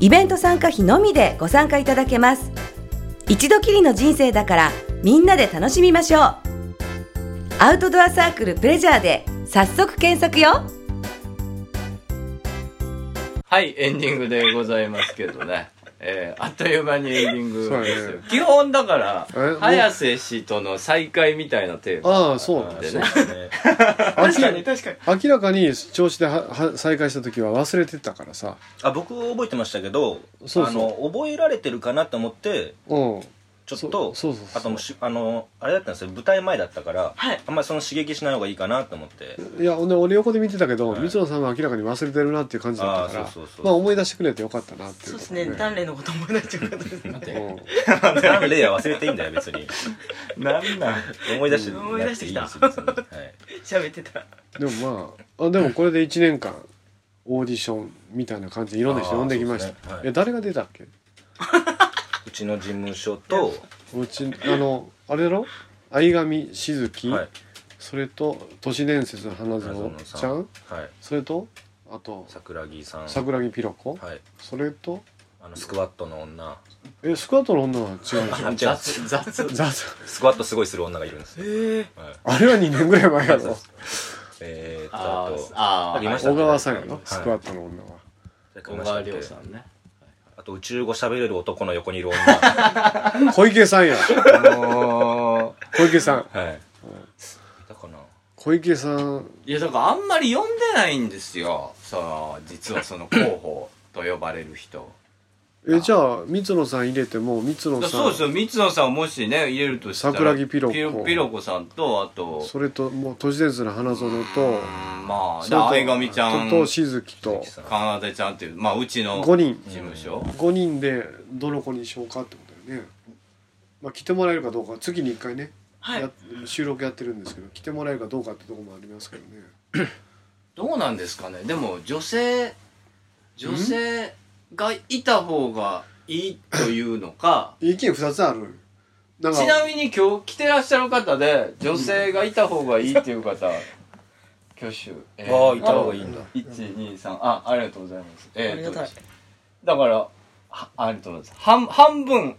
[SPEAKER 9] イベント参加費のみでご参加いただけます一度きりの人生だからみんなで楽しみましょうアウトドアサークルプレジャーで早速検索よ
[SPEAKER 3] はい、エンディングでございますけどね。えー、あっという間にエンディング
[SPEAKER 4] そう
[SPEAKER 3] で
[SPEAKER 4] や
[SPEAKER 3] すよ。
[SPEAKER 4] ね
[SPEAKER 3] 基本だから
[SPEAKER 4] えもう、
[SPEAKER 3] 早瀬氏との再会みたいなテーマ。
[SPEAKER 4] ああそうなん
[SPEAKER 3] で
[SPEAKER 4] だ
[SPEAKER 3] ね。
[SPEAKER 4] 確か
[SPEAKER 2] 確かに。
[SPEAKER 4] 明らかに調子ではは再会した時は忘れてたからさ
[SPEAKER 1] あ僕覚えてましたけど
[SPEAKER 4] そうそう
[SPEAKER 1] あの覚えられてるかなと思って
[SPEAKER 4] うん
[SPEAKER 1] ちょっと
[SPEAKER 4] そうそうそうそう
[SPEAKER 1] あともうしあのあれだったんですよ舞台前だったから、
[SPEAKER 2] はい
[SPEAKER 1] あんまりその刺激しない方がいいかなと思って
[SPEAKER 4] いやほんで俺横で見てたけど、
[SPEAKER 1] はい
[SPEAKER 4] 三野さんは明らかに忘れてるなっていう感じだったから
[SPEAKER 1] あーそうそうそう
[SPEAKER 4] まあ思い出してくれてよかったなってい
[SPEAKER 2] そう
[SPEAKER 4] う
[SPEAKER 2] ですね、ダンレイのこと思い出しちゃうこと ですね。
[SPEAKER 4] うん
[SPEAKER 1] レイヤー忘れていいんだよ別に
[SPEAKER 3] なんなん
[SPEAKER 1] 思い出して
[SPEAKER 2] 思い出してきた
[SPEAKER 1] なくていいです別にはい
[SPEAKER 2] 喋ってたら。
[SPEAKER 4] でもまああでもこれで1年間オーディションみたいな感じでいろんな人
[SPEAKER 1] あー
[SPEAKER 4] 呼んできました
[SPEAKER 1] そう、ですねはい
[SPEAKER 4] え誰が出たっけ
[SPEAKER 1] うちの事務所と、
[SPEAKER 4] うちあのあれだろ相上静月、
[SPEAKER 1] はい、
[SPEAKER 4] それと都市伝説の花園
[SPEAKER 1] 花園さん
[SPEAKER 4] ちゃん
[SPEAKER 1] はい、
[SPEAKER 4] それとあと
[SPEAKER 1] 桜木さん、
[SPEAKER 4] 桜木ピロコ、
[SPEAKER 1] はい、
[SPEAKER 4] それと
[SPEAKER 1] あのスクワットの女、
[SPEAKER 4] えスクワットの女は違うでしょ
[SPEAKER 1] あ違う
[SPEAKER 3] 雑、雑。
[SPEAKER 4] 雑
[SPEAKER 1] スクワットすごいする女がいるんですよ。はい、
[SPEAKER 4] あれは2年ぐらい前やろ
[SPEAKER 1] えーっと、
[SPEAKER 3] あ
[SPEAKER 1] あ
[SPEAKER 3] ー
[SPEAKER 1] と、
[SPEAKER 3] あ
[SPEAKER 1] あり
[SPEAKER 3] ー、
[SPEAKER 1] ました
[SPEAKER 4] 小
[SPEAKER 1] ね
[SPEAKER 4] 川さんや
[SPEAKER 1] は
[SPEAKER 4] ろ
[SPEAKER 1] い
[SPEAKER 4] スクワットの女は
[SPEAKER 3] 小川亮さんね。
[SPEAKER 1] と宇宙語喋れる男の横にい る女
[SPEAKER 4] 小池さんや
[SPEAKER 1] も
[SPEAKER 4] 小池さん
[SPEAKER 1] はい
[SPEAKER 3] だかな
[SPEAKER 4] 小池さん
[SPEAKER 3] いやだからあんまり読んでないんですよその実はその候補と呼ばれる人
[SPEAKER 4] えじゃあ三野さん入れても三野
[SPEAKER 3] だから
[SPEAKER 4] さん
[SPEAKER 3] そうですよ三野さんをもしね入れるとしたら
[SPEAKER 4] 桜木ピロコ
[SPEAKER 3] ピロピロコさんとあと
[SPEAKER 4] それともう都市伝説の花園と
[SPEAKER 3] まあ
[SPEAKER 4] それ
[SPEAKER 3] で
[SPEAKER 4] と
[SPEAKER 3] 相上ちゃん
[SPEAKER 4] ととしずきと
[SPEAKER 3] かなでちゃんっていうまあうちの
[SPEAKER 4] 5人
[SPEAKER 3] 事務所
[SPEAKER 4] 5人でどの子にしようかってことだよねまあ来てもらえるかどうか月に1回ね、や収録やってるんですけど来てもらえるかどうかってとこもありますけどね
[SPEAKER 3] どうなんですかねでも女性女性がいた方がいいというのか
[SPEAKER 4] 意見2つあるなんか
[SPEAKER 3] ちなみに今日来てらっしゃる方で女性がいた方がいいっていう方挙手、
[SPEAKER 1] ああいた方がいいんだ
[SPEAKER 3] 123あありがとうございますえー
[SPEAKER 1] ありがたい
[SPEAKER 3] だからはありがとうございます半半分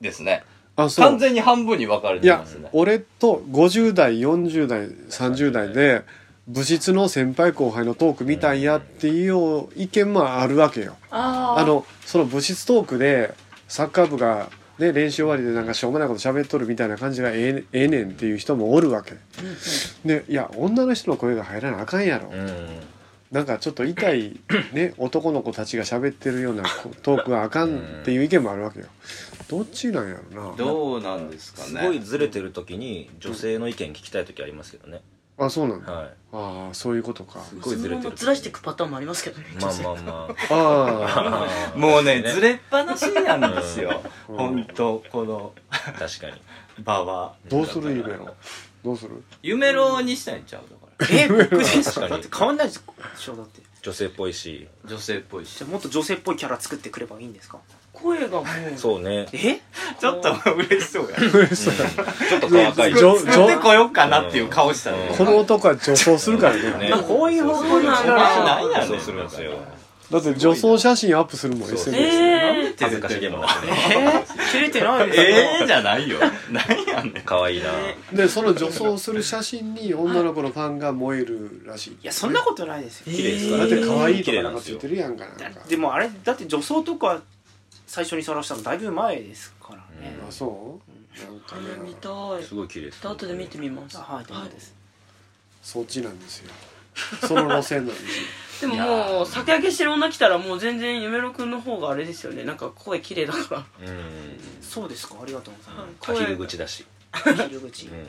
[SPEAKER 3] ですね
[SPEAKER 4] あそう
[SPEAKER 3] 完全に半分に分かれ
[SPEAKER 4] い
[SPEAKER 3] て
[SPEAKER 4] や
[SPEAKER 3] ますね
[SPEAKER 4] 俺と50代40代30代で部室の先輩後輩のトークみたいやっていう意見もあるわけよ
[SPEAKER 2] あー
[SPEAKER 4] あのその部室トークでサッカー部が、ね、練習終わりでなんかしょうもないこと喋っとるみたいな感じがええねええねんっていう人もおるわけでいや女の人の声が入らなあかんやろ、なんかちょっと痛い、ね、男の子たちが喋ってるようなこトークはあかんっていう意見もあるわけよどっちなんやろな
[SPEAKER 3] どうなんですかね
[SPEAKER 1] すごいずれてる時に女性の意見聞きたい時ありますけどね
[SPEAKER 4] あそうなんだ、
[SPEAKER 1] はい、
[SPEAKER 4] ああそういうことかす
[SPEAKER 1] ごいずれてる
[SPEAKER 2] ずらしていくパターンもありますけどね
[SPEAKER 1] まあまあまあ
[SPEAKER 4] あ
[SPEAKER 1] あ
[SPEAKER 3] もうねずれっぱなしなんですよ
[SPEAKER 4] うん
[SPEAKER 3] 本当この
[SPEAKER 1] 確かに
[SPEAKER 3] 場は
[SPEAKER 4] どうする夢のどうする
[SPEAKER 3] 夢ろにしたいんちゃうだから
[SPEAKER 5] え僕です
[SPEAKER 1] 確か
[SPEAKER 5] だっ
[SPEAKER 1] に
[SPEAKER 5] て変わんないでしょだって
[SPEAKER 1] 女性っぽいし
[SPEAKER 3] 女性っぽいし
[SPEAKER 5] じゃあもっと女性っぽいキャラ作ってくればいいんですか
[SPEAKER 2] 声がもう
[SPEAKER 1] そうね
[SPEAKER 5] え
[SPEAKER 3] ちょっと嬉しそう や
[SPEAKER 1] ちょっと若い
[SPEAKER 4] じょじょ
[SPEAKER 3] 作 ってこようかなっていう顔したね
[SPEAKER 4] この男は女装するからね
[SPEAKER 5] こういう方向に
[SPEAKER 3] お前なんやねん
[SPEAKER 1] するんですよ
[SPEAKER 4] だって女装写真アップするもん SNS
[SPEAKER 2] え
[SPEAKER 1] 恥ずかしげもなくね
[SPEAKER 5] 切れてないです
[SPEAKER 3] ええじゃない よなんやねん
[SPEAKER 1] 可愛いな
[SPEAKER 4] でその女装する写真に女の子のファンが燃えるらしい
[SPEAKER 5] いやそんなことないですよ
[SPEAKER 1] 綺麗ですから
[SPEAKER 4] だって可愛いと
[SPEAKER 1] 綺
[SPEAKER 4] か
[SPEAKER 1] 麗
[SPEAKER 4] な
[SPEAKER 1] なんん
[SPEAKER 4] か
[SPEAKER 1] で
[SPEAKER 4] つ
[SPEAKER 1] す
[SPEAKER 4] い
[SPEAKER 1] よ
[SPEAKER 4] てるやんかなんか
[SPEAKER 5] でもあれだって女装とか最初にさらしたのだいぶ前ですからね
[SPEAKER 4] あそうなんか
[SPEAKER 2] ー見
[SPEAKER 4] ね
[SPEAKER 2] たい
[SPEAKER 1] すごい綺麗です
[SPEAKER 2] 後で見てみます
[SPEAKER 5] はいダメです
[SPEAKER 4] そっちなんですよその路線なんですよ
[SPEAKER 2] でももう酒焼けしてる女来たらもう全然夢ろくんの方があれですよねなんか声綺麗だから
[SPEAKER 1] うん
[SPEAKER 5] そうですかありがとうござい
[SPEAKER 1] アヒ
[SPEAKER 2] 声
[SPEAKER 1] ル口だし
[SPEAKER 5] ます昼口
[SPEAKER 1] うんなん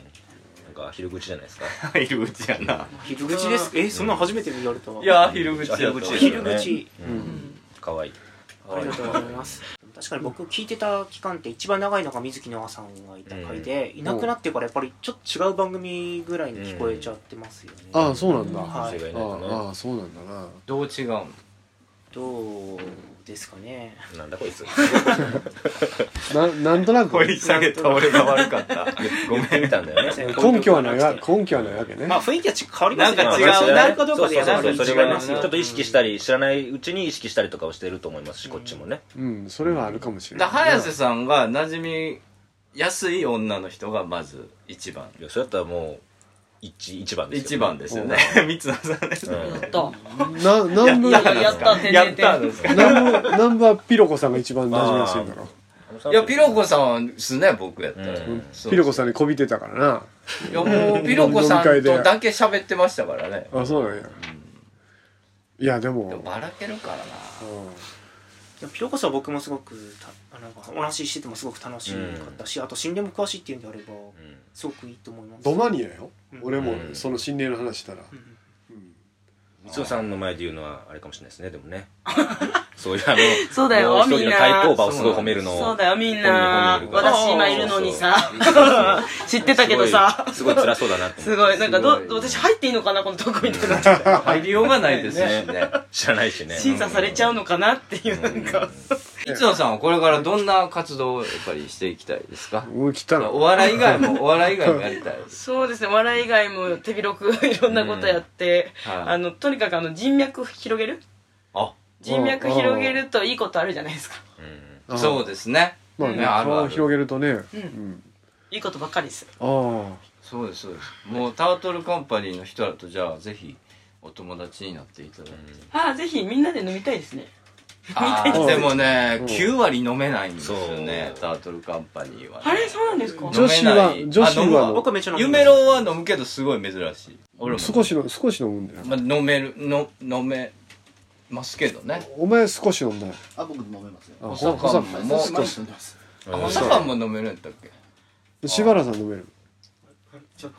[SPEAKER 1] かアヒル口じゃないですか
[SPEAKER 3] 入り口やな
[SPEAKER 5] 昼口ですえそんなん初めて言われたわ
[SPEAKER 3] いやアヒル口や
[SPEAKER 1] アヒ
[SPEAKER 3] と
[SPEAKER 1] ル
[SPEAKER 3] 思う
[SPEAKER 1] 口です
[SPEAKER 5] 昼
[SPEAKER 1] よね
[SPEAKER 5] 口
[SPEAKER 1] うん可愛い
[SPEAKER 5] ありがとうございます 確かに僕聞いてた期間って一番長いのが水木のあさんがいた回で、いなくなってからやっぱりちょっと違う番組ぐらいに聞こえちゃってますよね、
[SPEAKER 4] ああそうなんだあ
[SPEAKER 5] は
[SPEAKER 1] 女
[SPEAKER 5] い
[SPEAKER 1] 性がいないと
[SPEAKER 4] あああそうなんだな
[SPEAKER 3] どう違うん
[SPEAKER 5] どうですかね
[SPEAKER 1] ねなんだこいつ
[SPEAKER 4] ななんとなく
[SPEAKER 3] 掘り下げた俺が悪かった
[SPEAKER 1] ごめん見たんだよね
[SPEAKER 4] 根拠はないわ根拠はないわけね
[SPEAKER 5] まあ雰囲気はち変わりますよ
[SPEAKER 3] なんか違う
[SPEAKER 5] まあ
[SPEAKER 3] ね
[SPEAKER 5] なるかどうかでやっぱ
[SPEAKER 1] そ
[SPEAKER 5] り
[SPEAKER 1] う
[SPEAKER 5] 違い
[SPEAKER 1] そうそうそれは
[SPEAKER 5] ま
[SPEAKER 1] ね
[SPEAKER 5] す
[SPEAKER 1] ち
[SPEAKER 5] よ
[SPEAKER 1] ょっと意識したり知らないうちに意識したりとかをしてると思いますしこっちもね
[SPEAKER 4] うんそれはあるかもしれ な
[SPEAKER 3] だ
[SPEAKER 4] い
[SPEAKER 3] 早瀬さんが馴染みやすい女の人がまず一番
[SPEAKER 1] いやそれだったらもう一一番ですよ
[SPEAKER 3] 一番ですよね三つ野さんです
[SPEAKER 1] うん
[SPEAKER 2] やった
[SPEAKER 4] な南部
[SPEAKER 2] やったてん
[SPEAKER 3] や
[SPEAKER 2] て
[SPEAKER 3] っ
[SPEAKER 2] んて
[SPEAKER 3] たん
[SPEAKER 2] ん
[SPEAKER 3] ですか
[SPEAKER 4] 南部南部はピロコさんが一番馴染みやすいんだろ
[SPEAKER 3] いやピロコさんですね僕やったら、
[SPEAKER 1] うん
[SPEAKER 3] そう
[SPEAKER 4] ピロコさんにこびてたからない
[SPEAKER 3] やもうピロコさんとだけ喋ってましたからね
[SPEAKER 4] あそうなんや、いやで
[SPEAKER 3] でも
[SPEAKER 4] も
[SPEAKER 3] ばらけるからな
[SPEAKER 5] でもピロコさんは僕もすごくたなんかお話ししててもすごく楽しかったし、あと心霊も詳しいっていうんであれば
[SPEAKER 1] うん
[SPEAKER 5] すごくいいと思います
[SPEAKER 4] ドマニアよ、
[SPEAKER 5] うん
[SPEAKER 4] 俺もその心霊の話したら、
[SPEAKER 5] ん
[SPEAKER 1] 光代さんの前で言うのはあれかもしれないですねでも ねそういうあの
[SPEAKER 2] そうだよ
[SPEAKER 1] も一人
[SPEAKER 2] みん
[SPEAKER 1] の
[SPEAKER 2] な
[SPEAKER 1] タイプオーバーをすごい褒めるのを
[SPEAKER 2] そうだよみん
[SPEAKER 1] 本
[SPEAKER 2] な
[SPEAKER 1] 人本人いるから
[SPEAKER 2] 私今いるのにさ知ってたけどさ
[SPEAKER 1] すごいすごい辛そうだなって思
[SPEAKER 2] す
[SPEAKER 1] う
[SPEAKER 2] ごいなんかど私入っていいのかなこのとこみたいな
[SPEAKER 3] 入りようがないですしね
[SPEAKER 1] 知らないしね
[SPEAKER 2] 審査されちゃうのかなっていうなんか
[SPEAKER 3] いつのさんはこれからどんな活動をやっぱりしていきたいですか
[SPEAKER 4] うん、来た
[SPEAKER 3] お
[SPEAKER 4] の
[SPEAKER 3] 笑い以外もお笑い以外もやりたいです
[SPEAKER 2] そうですね笑い以外も手広くいろんなことやって、
[SPEAKER 3] うん はい
[SPEAKER 2] あのとにかくあの人脈広げる
[SPEAKER 3] あ
[SPEAKER 2] 人脈広げるといいことあるじゃないですか
[SPEAKER 3] そうですね
[SPEAKER 4] まあね、
[SPEAKER 3] ねあるあ
[SPEAKER 4] 顔
[SPEAKER 3] る
[SPEAKER 4] を広げるとね、うん
[SPEAKER 2] いいことばっかりです
[SPEAKER 4] あ
[SPEAKER 3] そうですそうですもうタートルカンパニーの人だ とじゃあぜひお友達になっていただいて
[SPEAKER 2] ああぜひみんなで飲みたいですね
[SPEAKER 3] あ
[SPEAKER 2] みたい
[SPEAKER 3] ー
[SPEAKER 2] な
[SPEAKER 3] でもね
[SPEAKER 2] うん
[SPEAKER 3] 9割飲めないんですよねタートルカンパニーは
[SPEAKER 2] あれそうなんですか
[SPEAKER 3] 飲めないあ飲むわ
[SPEAKER 5] 僕めっちゃ飲む
[SPEAKER 3] 夢郎は飲むけどすごい珍しい俺も、
[SPEAKER 4] 少しの少し飲むんだよ
[SPEAKER 3] まあ、飲めるの飲めますけどね
[SPEAKER 4] お前少し飲んだよ
[SPEAKER 10] あ、僕飲めますよ。
[SPEAKER 4] あ
[SPEAKER 3] お
[SPEAKER 4] ほ
[SPEAKER 3] 酒
[SPEAKER 4] ほ
[SPEAKER 3] も
[SPEAKER 4] 少し
[SPEAKER 10] 飲んでます
[SPEAKER 3] あお酒も飲めるんだっけ
[SPEAKER 4] 柴原さん飲める
[SPEAKER 10] ちょっ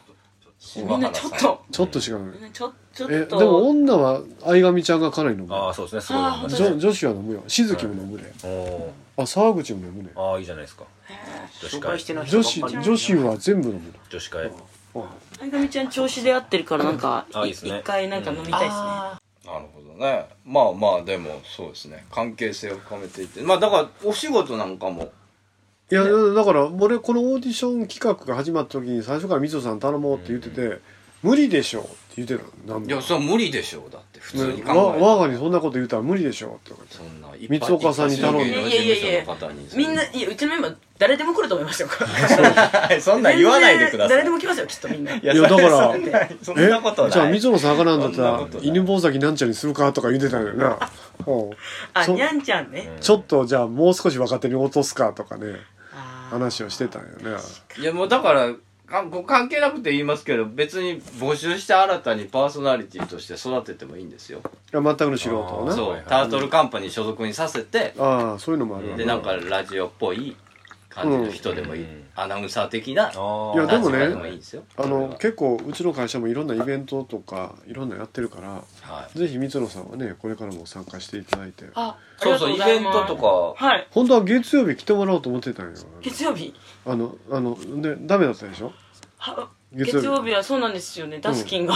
[SPEAKER 2] みんなちょっと
[SPEAKER 4] ちょっとしか飲める
[SPEAKER 2] ちょちょっと
[SPEAKER 4] えでも女は相上ちゃんがかなり飲む
[SPEAKER 1] ああそうですねすごい
[SPEAKER 2] あー本当だ
[SPEAKER 4] 女女子は飲むよ静木も飲むね、
[SPEAKER 1] お
[SPEAKER 4] あ沢口も飲むね
[SPEAKER 1] ああいいじゃないですか女子
[SPEAKER 5] 紹介してない
[SPEAKER 4] 女子女子は全部飲むね
[SPEAKER 1] 女子会
[SPEAKER 2] 相上ちゃん調子で合ってるからなんか
[SPEAKER 3] あいい
[SPEAKER 2] い
[SPEAKER 3] ですね
[SPEAKER 2] 一回なんか飲みたいですね
[SPEAKER 3] なるほどねまあまあでもそうですね関係性を深めていってまあだからお仕事なんかも
[SPEAKER 4] いや、だから俺このオーディション企画が始まった時に最初から水野さん頼もうって言ってて、無理でしょうって言ってたの
[SPEAKER 3] いやそれは無理でしょうだって普通に考えたら
[SPEAKER 4] わ我がにそんなこと言ったら無理でしょうって
[SPEAKER 3] そんな
[SPEAKER 4] 三岡さんに頼ん
[SPEAKER 3] いやい
[SPEAKER 4] で
[SPEAKER 2] い
[SPEAKER 3] や
[SPEAKER 2] や
[SPEAKER 3] い
[SPEAKER 2] い
[SPEAKER 3] やい
[SPEAKER 2] やい
[SPEAKER 3] や
[SPEAKER 2] や
[SPEAKER 3] いや事務所の方に
[SPEAKER 2] み んないやうちのメンバー誰でも来ると思いますよ
[SPEAKER 3] そんなん言わないでください
[SPEAKER 2] 全然誰でも来ますよきっとみんない
[SPEAKER 4] いやだから
[SPEAKER 3] そんなそんなことない
[SPEAKER 4] えじゃあ水野さんあかなんだった
[SPEAKER 3] そんな
[SPEAKER 4] ら
[SPEAKER 3] ことない
[SPEAKER 4] 犬坊崎なんちゃんにするかとか言ってたのよ なうん
[SPEAKER 2] あ
[SPEAKER 4] そ
[SPEAKER 2] にゃんちゃんね
[SPEAKER 4] ちょっとじゃあもう少し若手に落とすかとかね話をしてたんよね
[SPEAKER 3] いやもうだからかこう関係なくて言いますけど別に募集して新たにパーソナリティとして育ててもいいんですよ
[SPEAKER 4] いや全くの素人をね
[SPEAKER 3] そうタートルカンパニー所属にさせて
[SPEAKER 4] ああそういうのもあるわ
[SPEAKER 3] でなんかラジオっぽい感じの人でもいい、アナウンサー的ない
[SPEAKER 4] やで
[SPEAKER 3] 立
[SPEAKER 4] も
[SPEAKER 3] 場いいん
[SPEAKER 4] ね
[SPEAKER 3] ですよ
[SPEAKER 4] あの結構うちの会社もいろんなイベントとかいろんなやってるから、ぜひ水野さんはねこれからも参加していただいて
[SPEAKER 2] あ
[SPEAKER 3] そうそう
[SPEAKER 2] あ
[SPEAKER 3] イ
[SPEAKER 2] りがとうござ
[SPEAKER 3] ベ
[SPEAKER 2] い
[SPEAKER 3] ン
[SPEAKER 2] ます
[SPEAKER 3] トとか
[SPEAKER 2] はい
[SPEAKER 4] 本当は月曜日来てもらおうと思ってたんよ
[SPEAKER 2] 月曜日
[SPEAKER 4] あのあのでダメだったでしょ
[SPEAKER 2] は
[SPEAKER 4] 月曜日
[SPEAKER 2] 月曜日はそうなんですよねダスキン が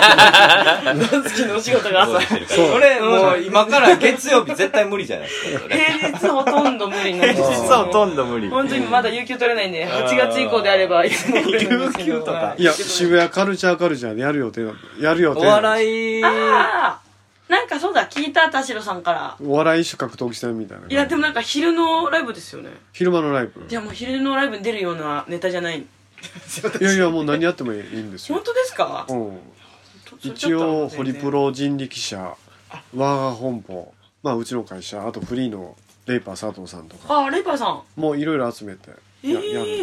[SPEAKER 3] ダ
[SPEAKER 2] スキンのお仕事が朝
[SPEAKER 3] そうそれもう今から月曜日絶対無理じゃない ですかそれ
[SPEAKER 2] 平日ほとんど無理なんですよ
[SPEAKER 3] ほとんど無理
[SPEAKER 2] 本当にまだ有給取れないんで8月以降であれば有給とか
[SPEAKER 4] いや渋谷カルチャーカルチャーでやる予定だやる予定
[SPEAKER 2] お
[SPEAKER 3] 笑い
[SPEAKER 2] ああなんかそうだ聞いた田代さんから
[SPEAKER 4] お笑い一種格闘技戦みたいない
[SPEAKER 2] やでもなんか昼のライブですよね
[SPEAKER 4] 昼間のライブ
[SPEAKER 2] いやもう昼のライブに出るようなネタじゃない
[SPEAKER 4] いやいやもう何やってもいいんですよ
[SPEAKER 2] 本当ですか
[SPEAKER 4] うん
[SPEAKER 2] それち
[SPEAKER 4] 一
[SPEAKER 2] ょっと
[SPEAKER 4] 応ホリプロ人力車我が本舗まあうちの会社あとフリーのレイパー佐藤さんとか
[SPEAKER 2] あレイパーさん
[SPEAKER 4] もういろいろ集めて
[SPEAKER 2] え
[SPEAKER 4] ややる
[SPEAKER 2] え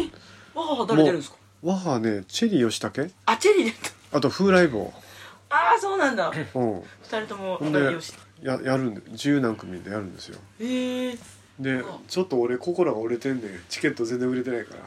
[SPEAKER 2] わあ誰出るんですか
[SPEAKER 4] もうわはねチェリー吉武
[SPEAKER 2] あチェリーで
[SPEAKER 4] あと風来坊
[SPEAKER 2] ああそうなんだ
[SPEAKER 4] うん
[SPEAKER 2] 二人とも
[SPEAKER 4] ほんで
[SPEAKER 2] 仲良し
[SPEAKER 4] ややるんで十何組でやるんですよ
[SPEAKER 2] ええ
[SPEAKER 4] でちょっと俺心が折れてんねんチケット全然売れてないから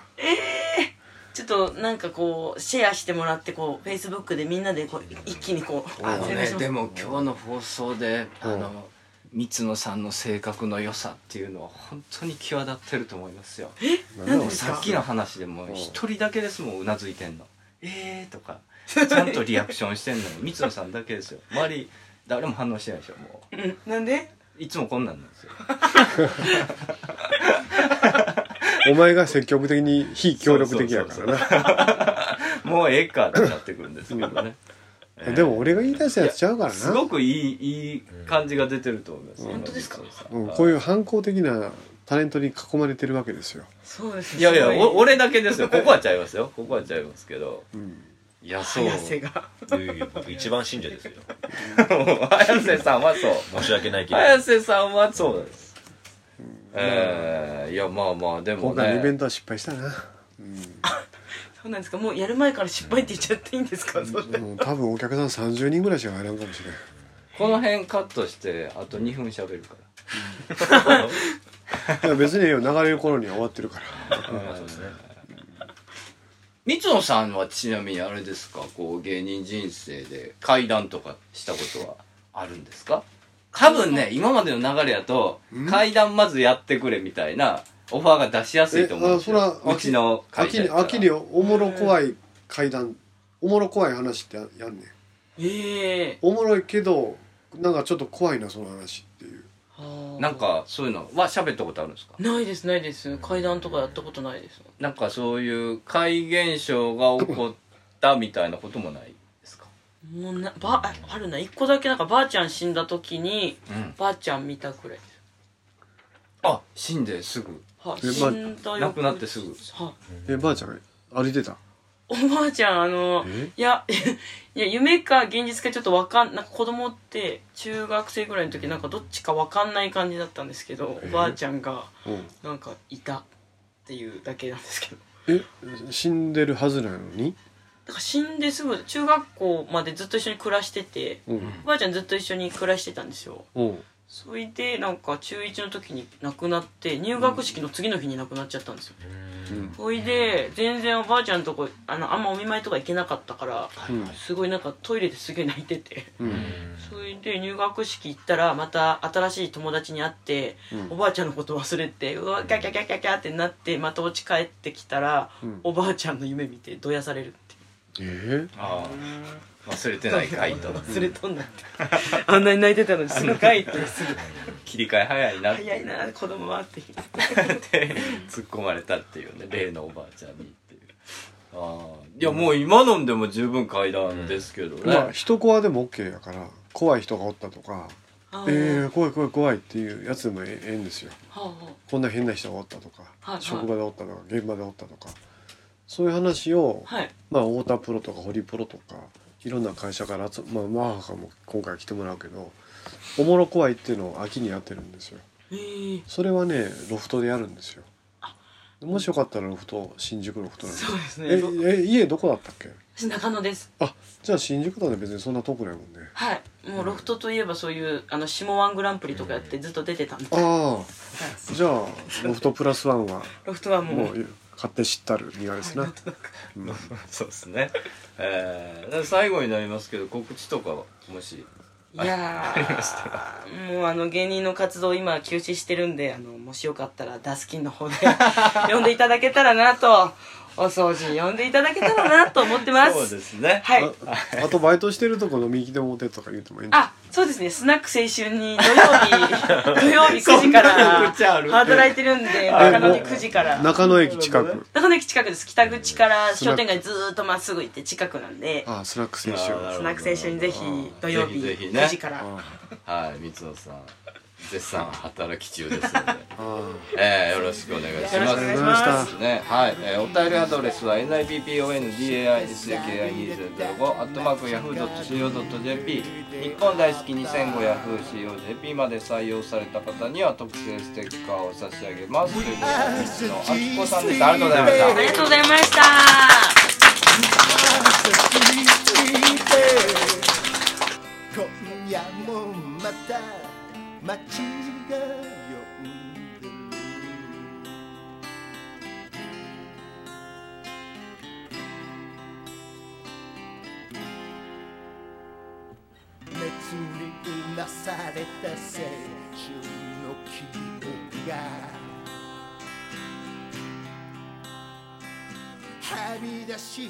[SPEAKER 2] ちょっとなんかこうシェアしてもらってこうフェイスブックでみんなでこう一気にこう
[SPEAKER 3] あのねでも
[SPEAKER 2] 日
[SPEAKER 3] 今日の放送であの三野さんの性格の良さっていうのは本当に際立ってると思いますよ
[SPEAKER 2] えなんでですか
[SPEAKER 3] さっきの話でも一人だけですもんうなずいてんのえーとかちゃんとリアクションしてんのに三野さんだけですよ周り誰も反応してないでしょも
[SPEAKER 2] うんなんで
[SPEAKER 3] ういつもこんなんなんですよ
[SPEAKER 4] お前が積極的に非協力的やからな
[SPEAKER 3] もうええかってなってくるんですけどねそう
[SPEAKER 4] でも俺が言い出したやつちゃうから
[SPEAKER 3] す
[SPEAKER 4] な
[SPEAKER 3] ごくいいいい感じが出てると思います本当ですか
[SPEAKER 4] うんこういう反抗的なタレントに囲まれてるわけですよ
[SPEAKER 2] そうです
[SPEAKER 3] いやいや
[SPEAKER 2] すごい
[SPEAKER 3] お俺だけですよここはちゃいますよここはちゃいますけど、いやそう
[SPEAKER 2] 早瀬が
[SPEAKER 3] いやいや僕一番信者ですよ早瀬さんは そう
[SPEAKER 1] 申し訳ないけど
[SPEAKER 3] 早瀬さんはそうです、えーいやまあまあでも
[SPEAKER 4] 今回のイベ
[SPEAKER 3] ね
[SPEAKER 4] ントは失敗したな
[SPEAKER 2] そうなんですかもうやる前から失敗って言っちゃっていいんですかそれ
[SPEAKER 4] もう多分お客さん30人ぐらいしか入らんかもしれん
[SPEAKER 3] この辺カットしてあと2分喋るか
[SPEAKER 4] いや別にええよ流れる頃には終わってるから
[SPEAKER 3] ら、そうですね三野さんはちなみにあれですかこう芸人人生で会談とかしたことはあるんですか多分ね今までの流れやと会談まずやってくれみたいなオファーが出しやすいと思うんです
[SPEAKER 4] えあ
[SPEAKER 3] よ
[SPEAKER 4] そら
[SPEAKER 3] うちの会
[SPEAKER 4] 秋
[SPEAKER 3] 社
[SPEAKER 4] に
[SPEAKER 3] やったら
[SPEAKER 4] 秋におもろ怖い階段おもろ怖い話ってややんねん
[SPEAKER 2] ええ
[SPEAKER 4] おもろいけどなんかちょっと怖いなその話っていう
[SPEAKER 3] なんかそういうのは喋ったことあるんですか
[SPEAKER 2] ないですないです階段とかやったことないです
[SPEAKER 3] なんかそういう怪現象が起こったみたいなこともない
[SPEAKER 2] もうなばああるな一個だけなんかばあちゃん死んだ時に、
[SPEAKER 3] うん
[SPEAKER 2] ばあちゃん見たくらいです
[SPEAKER 3] あ死んですぐ
[SPEAKER 2] はい
[SPEAKER 4] え
[SPEAKER 2] 死んだよ
[SPEAKER 3] 亡くなってすぐ
[SPEAKER 2] は
[SPEAKER 4] えばあちゃん歩いてた
[SPEAKER 2] おばあちゃん、あの、いや、 いや、夢か現実かちょっとわかん、なんか子供って中学生ぐらいの時なんかどっちかわかんない感じだったんですけど、おばあちゃんが
[SPEAKER 4] うん
[SPEAKER 2] なんかいたっていうだけなんですけど。
[SPEAKER 4] え死んでるはずなのに
[SPEAKER 2] だから死んですぐ、中学校までずっと一緒に暮らしてて、
[SPEAKER 4] うん
[SPEAKER 2] おばあちゃんずっと一緒に暮らしてたんですよ。
[SPEAKER 4] うん
[SPEAKER 2] それでなんか中1の時に亡くなって入学式の次の日に亡くなっちゃったんですよ、ほいで全然おばあちゃんのとこあのあんまお見舞いとか行けなかったから、
[SPEAKER 4] うん
[SPEAKER 2] すごいなんかトイレですげえ泣いてて
[SPEAKER 4] うん
[SPEAKER 2] それで入学式行ったらまた新しい友達に会って、
[SPEAKER 4] うん
[SPEAKER 2] おばあちゃんのこと忘れてうわキャキャキャキャキャってなってまたお家帰ってきたら、
[SPEAKER 4] うん
[SPEAKER 2] おばあちゃんの夢見てどやされる
[SPEAKER 4] え
[SPEAKER 3] ああ忘れてないかいと
[SPEAKER 2] 忘れとんなってあんなに泣いてたのにすぐ帰ってすぐ
[SPEAKER 3] 切り替え早いなって
[SPEAKER 2] 早いな子供はって
[SPEAKER 3] 突っ込まれたっていうね例のおばあちゃんにっていうああいやもう今のんでも十分階段ですけどね、
[SPEAKER 4] まあ一コアでも OK やから怖い人がおったとか
[SPEAKER 2] あ
[SPEAKER 4] えー、怖い怖い怖いっていうやつでもええええんですよこんな変な人がおったとか、
[SPEAKER 2] はいはい
[SPEAKER 4] 職場でおったとか現場でおったとかそういう話を、
[SPEAKER 2] はい
[SPEAKER 4] まあ太田プロとか堀プロとかいろんな会社から集まあマーハも今回来てもらうけどおもろ怖いっていうのを秋にやってるんですよそれはねロフトでやるんですよもしよかったらロフト新宿ロフトなん
[SPEAKER 2] そうですね
[SPEAKER 4] ええ家どこだったっけ
[SPEAKER 2] 私中野です
[SPEAKER 4] あじゃあ新宿だね別にそんな遠くないもんね
[SPEAKER 2] はいもうロフトといえばそういうあの下ワングランプリとかやってずっと出てたんで
[SPEAKER 4] ああじゃあロフトプラスワンは
[SPEAKER 2] ロフトはも
[SPEAKER 4] も
[SPEAKER 2] う
[SPEAKER 4] う買って知ったる庭ですな、うん
[SPEAKER 3] そうですねえー、で最後になりますけど告知とかはもし
[SPEAKER 2] いや
[SPEAKER 3] ありましたら
[SPEAKER 2] ーもうあの芸人の活動今休止してるんであのもしよかったらダスキンの方で 呼んでいただけたらなとお掃除呼んでいただけたらなと思ってます
[SPEAKER 3] そうですね
[SPEAKER 2] はい
[SPEAKER 4] ああとバイトしてるとこ飲み行きでもてとか言うてもいいん
[SPEAKER 2] あそうですねスナック青春に土曜 日土曜日9時か
[SPEAKER 3] そんな
[SPEAKER 2] ら
[SPEAKER 3] 告知ある
[SPEAKER 2] 働いてるんで中野で9時から
[SPEAKER 4] 中野駅近く
[SPEAKER 2] 中野駅近くです北口から商店街ずーっとまっすぐ行って近くなんで
[SPEAKER 4] あスナック青春
[SPEAKER 2] スナック青春にぜひ土曜
[SPEAKER 3] ぜ
[SPEAKER 2] 日
[SPEAKER 3] ひぜひね
[SPEAKER 2] 9時から
[SPEAKER 3] はい三野さん絶賛働き中ですので、えー、よろしくお願いします
[SPEAKER 2] よろしくお願いします
[SPEAKER 3] ねはい、えー、お便りアドレスは NIPPONDAISKI2005 アットマーク Yahoo.co.jp 日本大好き2005 Yahoo.co.jp まで採用された方には特製ステッカーを差し上げますということで三野あきこさんでしたありがとうございました
[SPEAKER 2] ありがとうございました
[SPEAKER 11] 今夜もまた街が呼んでる熱にうなされた青春の記憶がはみ出し